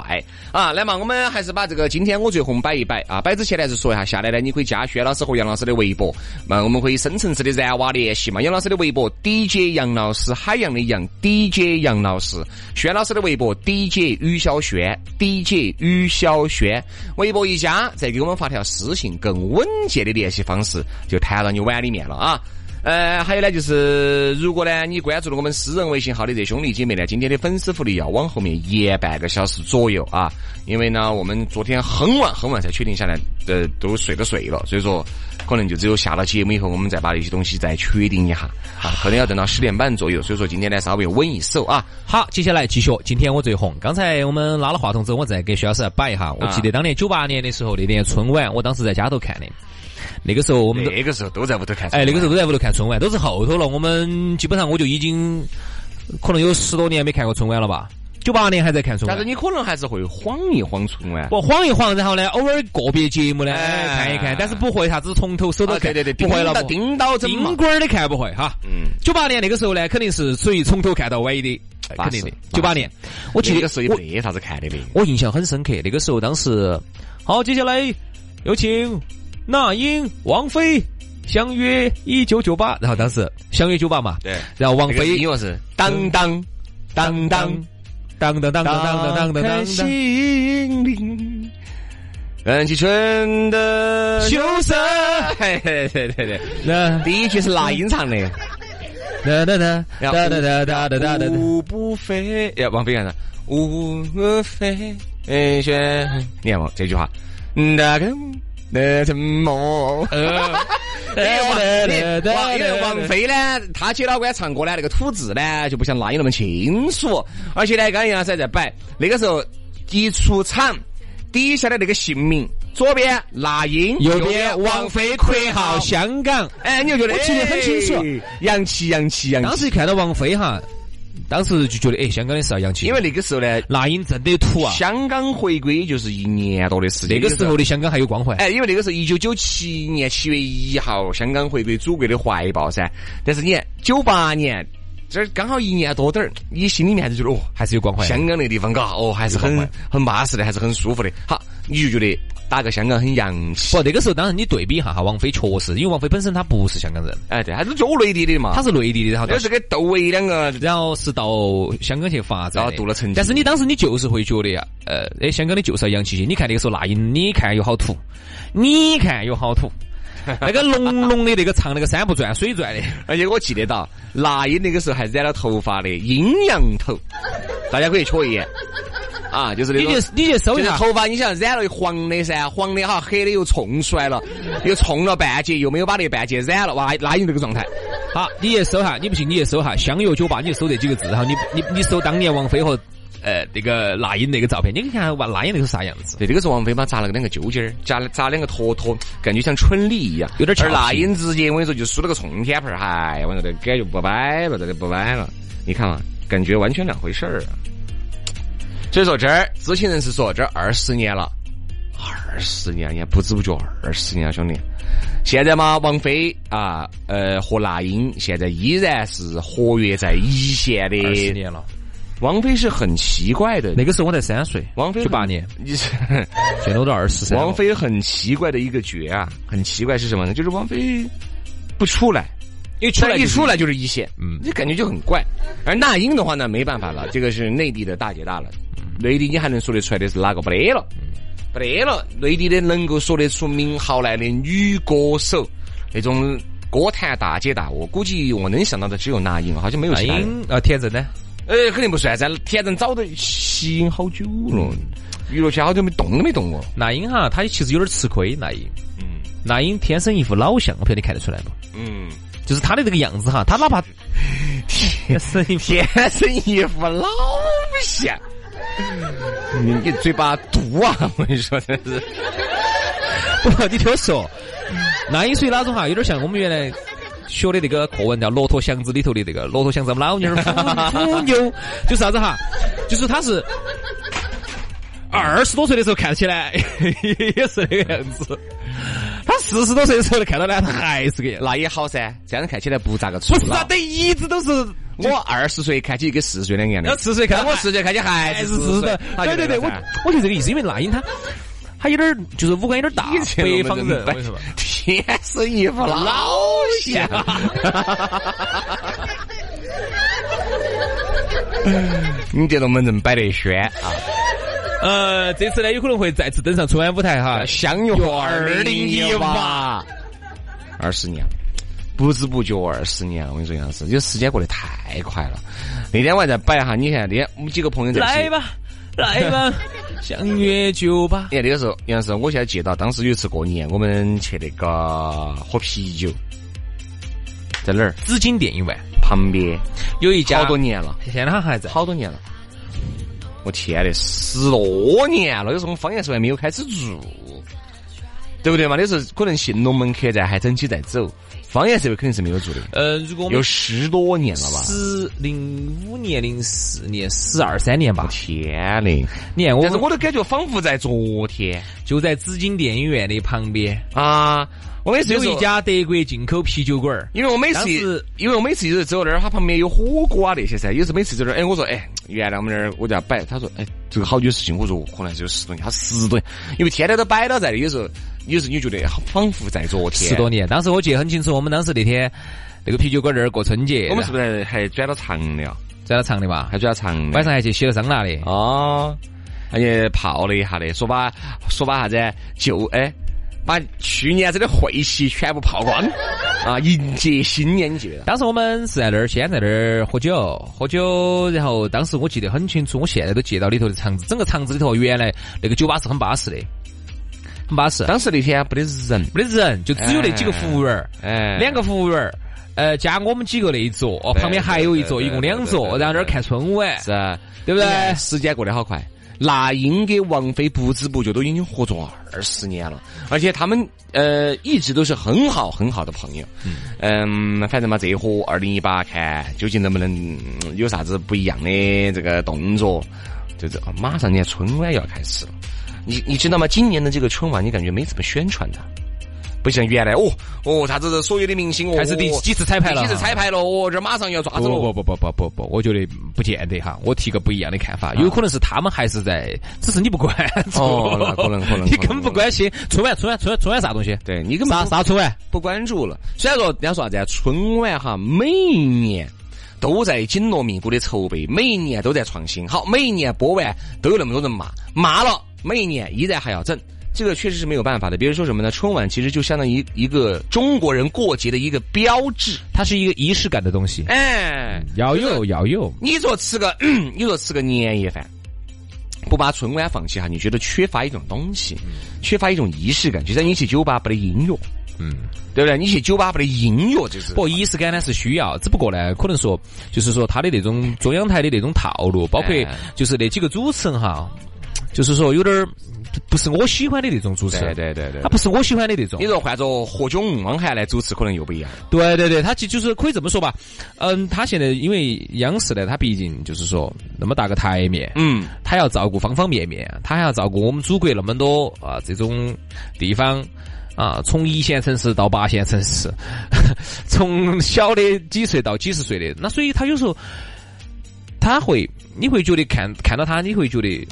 S3: 啊！来嘛，我们还是把这个今天我最红摆一摆啊！摆之前呢，是说一下，下来呢，你可以加轩老师和杨老师的微博，嘛，我们可以深层次的燃瓦联系嘛。杨老师的微博 DJ 杨老师，海洋的洋 DJ 杨老师，轩老师的微博 DJ 于小轩，DJ 于小轩，微博一加，再给我们发条私信，更稳健的联系方式就摊到你碗里面了啊！呃，还有呢，就是如果呢你关注了我们私人微信号的这兄弟姐妹呢，今天的粉丝福利要往后面延半个小时左右啊，因为呢我们昨天很晚很晚才确定下来，呃，都睡都睡了，所以说可能就只有下了节目以后，我们再把一些东西再确定一下啊，可能要等到十点半左右，所以说今天呢稍微稳一手啊，
S4: 好，接下来继续。今天我最红。刚才我们拉了话筒之后，我再给薛老师来摆一
S3: 啊
S4: 下。我记得当年九八年的时候，那年春晚，我当时在家头看的。那个时候我们都
S3: 那个时候都在屋头看，
S4: 哎，那个时候都在屋头看春晚，都是后头了。我们基本上我就已经可能有十多年没看过春晚了吧？九八年还在看春
S3: 但
S4: 晚
S3: 是。你可能还是会晃一晃春晚。
S4: 不晃一晃，然后呢，偶尔个别节目呢、
S3: 哎
S4: 看一看，但是不会啥子从头手到
S3: 啊，
S4: 看、
S3: 对对对，
S4: 不会了，不
S3: 叮到针嘛
S4: 丁，棍儿的看不会哈。
S3: 嗯，
S4: 九八年那个时候呢，肯定是属于从头看到尾的，哎肯定的
S3: 巴适。
S4: 九八年，我记
S3: 那
S4: 得
S3: 个时候也
S4: 我
S3: 没啥子看的的。
S4: 我印象很深刻，那个时候当时，好，接下来有请那英、王菲相约一九九八，然后当时相约九八嘛，
S3: 对，
S4: 然后王
S3: 那个
S4: 菲
S3: 音乐是当当当当。
S4: 当当当当当当
S3: 打
S4: 当当
S3: 开
S4: 当，
S3: 心灵，燃起春的
S4: 秋色，
S3: 嘿嘿对对对，
S4: 那
S3: 第一句是那英唱的，
S4: 那那那那那那那那那那。
S3: 无不非，要王菲干啥？无不非，哎轩，你看嘛这句话，那个那什么？哎，王你王因为王菲呢，她姐老倌唱歌呢，那个吐字呢就不像那英那么清楚，而且呢，刚才杨老师还在摆，那个时候一出场底下的那个姓名，左边那英，
S4: 右边王菲括号香港，
S3: 哎，你就觉得
S4: 我记得很清楚
S3: 哎洋气洋气洋
S4: 当
S3: 气，
S4: 时一看到王菲哈，当时就觉得哎，香港的事要洋气，
S3: 因为那个时候呢。
S4: 那英真的土啊，
S3: 香港回归也就是一年多的时间。
S4: 那个时候的香港还有光环。
S3: 哎，因为那个时候一九九七年七月一号，香港回归祖国的怀抱噻。但是你看九八年，这儿刚好一年多点儿，你心里面还是觉得哦，
S4: 还是有光环。
S3: 香港那个地方嘎，哦，还是很很巴适的，还是很舒服的。好，你就觉得打个香港很洋气
S4: 不，。那个时候当然你对比一下哈，王菲确实，因为王菲本身她不是香港人，
S3: 哎，对，还是做内地的嘛。
S4: 她是内地的，然后到
S3: 那是给窦唯两个
S4: 然后是到香港去发展的，
S3: 然后镀了层级
S4: 但是你当时你就是会觉得呀，呃，哎，香港的就是要洋气些。你看那个时候那英，你看有好土，你看有好土。那个浓浓的那个唱那个山不转水转的，
S3: 而且我记得到，那英那个时候还染了头发的阴阳头，大家可以瞧一眼啊，就是那
S4: 你
S3: 种
S4: 就你就搜
S3: 就
S4: 一
S3: 是
S4: 下，
S3: 头发，你想染了黄的噻，黄的哈，黑的又冲出来了，又冲了半截，又没有把那半截染了，哇，那有那个状态。
S4: 好，你就搜下，你不信你就搜下香油酒吧，你就搜这几个字，然后你你你搜当年王菲和呃那个那英那个照片，你看哇，那英那个是啥样子？
S3: 对，这个是王菲嘛，扎了个两个揪尖儿，扎扎两个坨坨，感觉像春丽一样，
S4: 有点俏
S3: 而
S4: 皮
S3: 那英直接我跟你说就梳了个冲天盘儿，嗨，我说这感觉不摆了，这就不摆了。你看嘛，感觉完全两回事儿啊。所以说这儿知情人士说，这二十年了，二十年，你看不知不觉二十年了，兄弟。现在嘛，王菲啊，呃，和那英现在依然是活跃在一线
S4: 二十
S3: 的。
S4: 年了，
S3: 王菲是很奇怪的，
S4: 那个时候我才三岁，
S3: 王菲
S4: 九八
S3: 很
S4: 年，
S3: 你是。
S4: 现在我都二十三了。
S3: 王菲很奇怪的一个角啊，很奇怪是什么呢？就是王菲不出来，
S4: 一出
S3: 但
S4: 来
S3: 一出
S4: 来，
S3: 来就是一线，
S4: 嗯
S3: 这感觉就很怪。而那英的话呢，没办法了，这个是内地的大姐大了，内地你还能说得出来的是哪个？不得了，不得了，内地的能够说得出名号来的女歌手，那种歌坛大姐大，我估计我能想到的只有那英，好像没有
S4: 那
S3: 其他人。
S4: 英啊，田震呢？
S3: 呃，肯定不算噻，天人早都吸引好久了，娱乐圈好久没动都没动过。
S4: 那英哈，她其实有点吃亏。那英，
S3: 嗯
S4: 那英天生一副老相，我不晓得你看得出来不？
S3: 嗯。
S4: 就是她的这个样子哈，她哪怕天生一副，
S3: 天生一副老相，你你嘴巴毒 啊！我跟你说，真是。
S4: 不，你听我说，那英属于哪种哈？有点像我们原来。学的那个课文叫《骆驼祥子》里头的那个骆驼祥子，我们老妞儿土妞，就是啥子哈？就是她是 二十多岁的时候看起来也是那个样子，他四十多岁的时候看到呢，他还是个样子。
S3: 那也好噻，这样子看起来不咋个粗
S4: 不是啊，
S3: 老。
S4: 等一直都是
S3: 我二十岁看起一个四十岁的样
S4: 要
S3: 子，
S4: 四十岁看
S3: 但我四十岁看起还
S4: 还
S3: 是
S4: 是
S3: 四十
S4: 四
S3: 岁
S4: 的。。对对对，我我觉得这个意思，因为那英他他有点儿就是五官有点大，北方人，我跟你说吧
S3: 天生一副老相。你这龙门阵摆得轩啊！
S4: 呃，这次呢有可能会再次登上春晚舞台哈。
S3: 啊相约二零一八，二十年，不知不觉二十年了。我跟你说，杨老师，这时间过得太快了。那天我还在摆哈，你看那天我们几个朋友在一起
S4: 来。吧，来吧，相约酒吧。
S3: 你看那个时候，杨老师，我现在记到当时有一次过年，我们去那个喝啤酒，在哪儿？
S4: 紫金店以外
S3: 旁边，
S4: 有一家，
S3: 好多年了，
S4: 现在他还在。
S3: 好多年了。我天嘞，十多年了，有时候我们方言社还没有开始做，对不对嘛？那时候可能新龙门客栈还整起在走，方言社会肯定是没有做的，
S4: 呃，如果我
S3: 有啊
S4: 们
S3: 十多年了吧？
S4: 十零五年、零四年、十二三年吧。
S3: 天嘞！
S4: 你看我
S3: 但是
S4: 们
S3: 我都感觉仿佛在昨天
S4: 就在紫金电影院的旁边，
S3: 啊！我每次
S4: 有
S3: 时
S4: 一
S3: 候
S4: 家德国进口啤酒馆儿。
S3: 因为我每次
S4: 当时，
S3: 因为我每次就是走那儿，它旁边有火锅啊那些噻。有时候每次走那儿，哎，我说，哎，原来我们那儿我就要摆，他说，哎，这个好久的事情。我说，我可能还是有十多年，他十多年，因为天天都摆到在的。有时候，有时候你觉得好仿佛在昨天。
S4: 十多年，当时我记得很清楚，我们当时那天那个啤酒馆儿这儿过春节，
S3: 我们是不是还还转到长了？
S4: 在那唱的嘛
S3: 还？转到长了
S4: 晚？上还去洗了桑拿的，
S3: 哦，而且泡了一下的，说把说把啥子就哎，把去年子的晦气全部泡光啊，迎接新年，你记不记得？
S4: 当时我们是在那儿先在那儿喝酒，喝酒，然后当时我记得很清楚，我现在都记到里头的场子，整个场子里头原来那个酒吧是很巴适的，很巴适，
S3: 当时那天没得人，
S4: 没得人，就只有那几个服务员儿，
S3: 哎，
S4: 两个服务员儿，呃，加我们几个那一桌，哦，
S3: 对
S4: 旁边还有一桌，
S3: 对对
S4: 一共
S3: 对
S4: 两
S3: 对对
S4: 桌，
S3: 对
S4: 然后在那儿看春晚，
S3: 是啊，
S4: 对不对
S3: 哎时间过得好快，那英跟王菲不知不觉都已经合作二十年了，而且他们呃一直都是很好很好的朋友。嗯，反正嘛，这一伙二零一八看究竟能不能嗯有啥子不一样的这个动作，就是啊马上你看春晚要开始了，你你知道吗？今年的这个春晚，你感觉没怎么宣传它。不像原来哦哦，啥子所有的明星哦，
S4: 开始第几次彩排了
S3: 第几次彩排了哦，这马上要抓
S4: 不
S3: 子了。
S4: 不不不不不不，我觉得不见得哈。我提个不一样的看法，
S3: 啊
S4: 有可能是他们还是在，只是你不关 注，
S3: 哦那可能 可能嗯
S4: 你
S3: 可能
S4: 根本不关心。春晚，春晚，春晚，春晚啥东西？
S3: 对你根本
S4: 啥
S3: 不
S4: 啥春晚？
S3: 不关注了。虽然说人家说啥子啊，春晚哈，每一年都在紧锣密鼓的筹备，每一年都在创新。好，每一年播完都有那么多人骂，骂了，每一年依然还要整。这个确实是没有办法的。比如说什么呢？春晚其实就相当于一个中国人过节的一个标志。
S4: 它是一个仪式感的东西。
S3: 哎，
S4: 要有要有，
S3: 你说吃个，嗯你说吃个年夜饭，不把春晚放起哈，你觉得缺乏一种东西，缺乏一种仪式感。就像你去酒吧不得音乐，
S4: 嗯，
S3: 对不对？你去酒吧不得音乐，就是
S4: 不过仪式感呢是需要，只不过呢，可能说就是说他的那种中央台的那种套路，包括
S3: 哎
S4: 就是那几个主持人哈，就是说有点儿不是我喜欢的那种主持
S3: 对
S4: 人，
S3: 对对对
S4: 他。不是我喜欢的那种
S3: 你。说换做何炅、汪涵来主持，可能又不一样。
S4: 对对对，他其实就是可以这么说吧，嗯，他现在因为央视呢，他毕竟就是说那么大个台面，
S3: 嗯，
S4: 他要照顾方方面面，他还要照顾我们祖国那么多啊这种地方啊，从一线城市到八线城市， 从小的几岁到几十岁的，那所以他有时候他会，你会觉得看看到他，你会觉得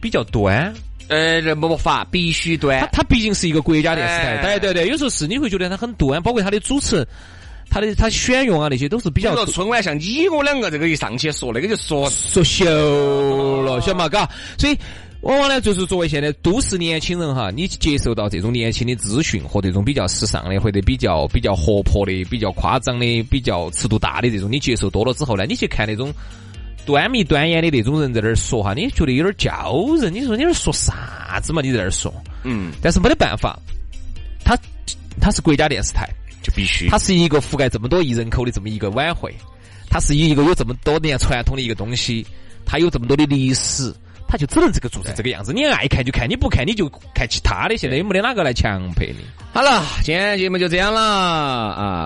S4: 比较端。
S3: 呃，这没法，必须
S4: 他
S3: 端。
S4: 他毕竟是一个国家电视台，
S3: 哎
S4: 对对对，有时候是你会觉得他很端，包括他的主持，他的他选用啊那些都是比
S3: 比
S4: 较
S3: 如说春晚，像你我两个这个一上去说那个就说，
S4: 说秀了，晓得嘛？嘎，所以。往往呢，就是作为现在都市年轻人哈，你接受到这种年轻的资讯和这种比较时尚的，或者比较比较活泼的、比较夸张的、比较尺度大的这种，你接受多了之后呢，你去看那种端米端严的那种人在那儿说哈，你觉得有点叫人。你说你在那儿说啥子嘛？你在那儿说，
S3: 嗯，
S4: 但是没得办法，它它是国家电视台，
S3: 就必须
S4: 它是一个覆盖这么多亿人口的这么一个晚会，它是一个有这么多年传统的一个东西，它有这么多的历史，它就只能这个做成这个样子。你爱看就看，你不看你就看其他的。现在也没得哪个来强迫你。
S3: 好了，今天节目就这样了啊。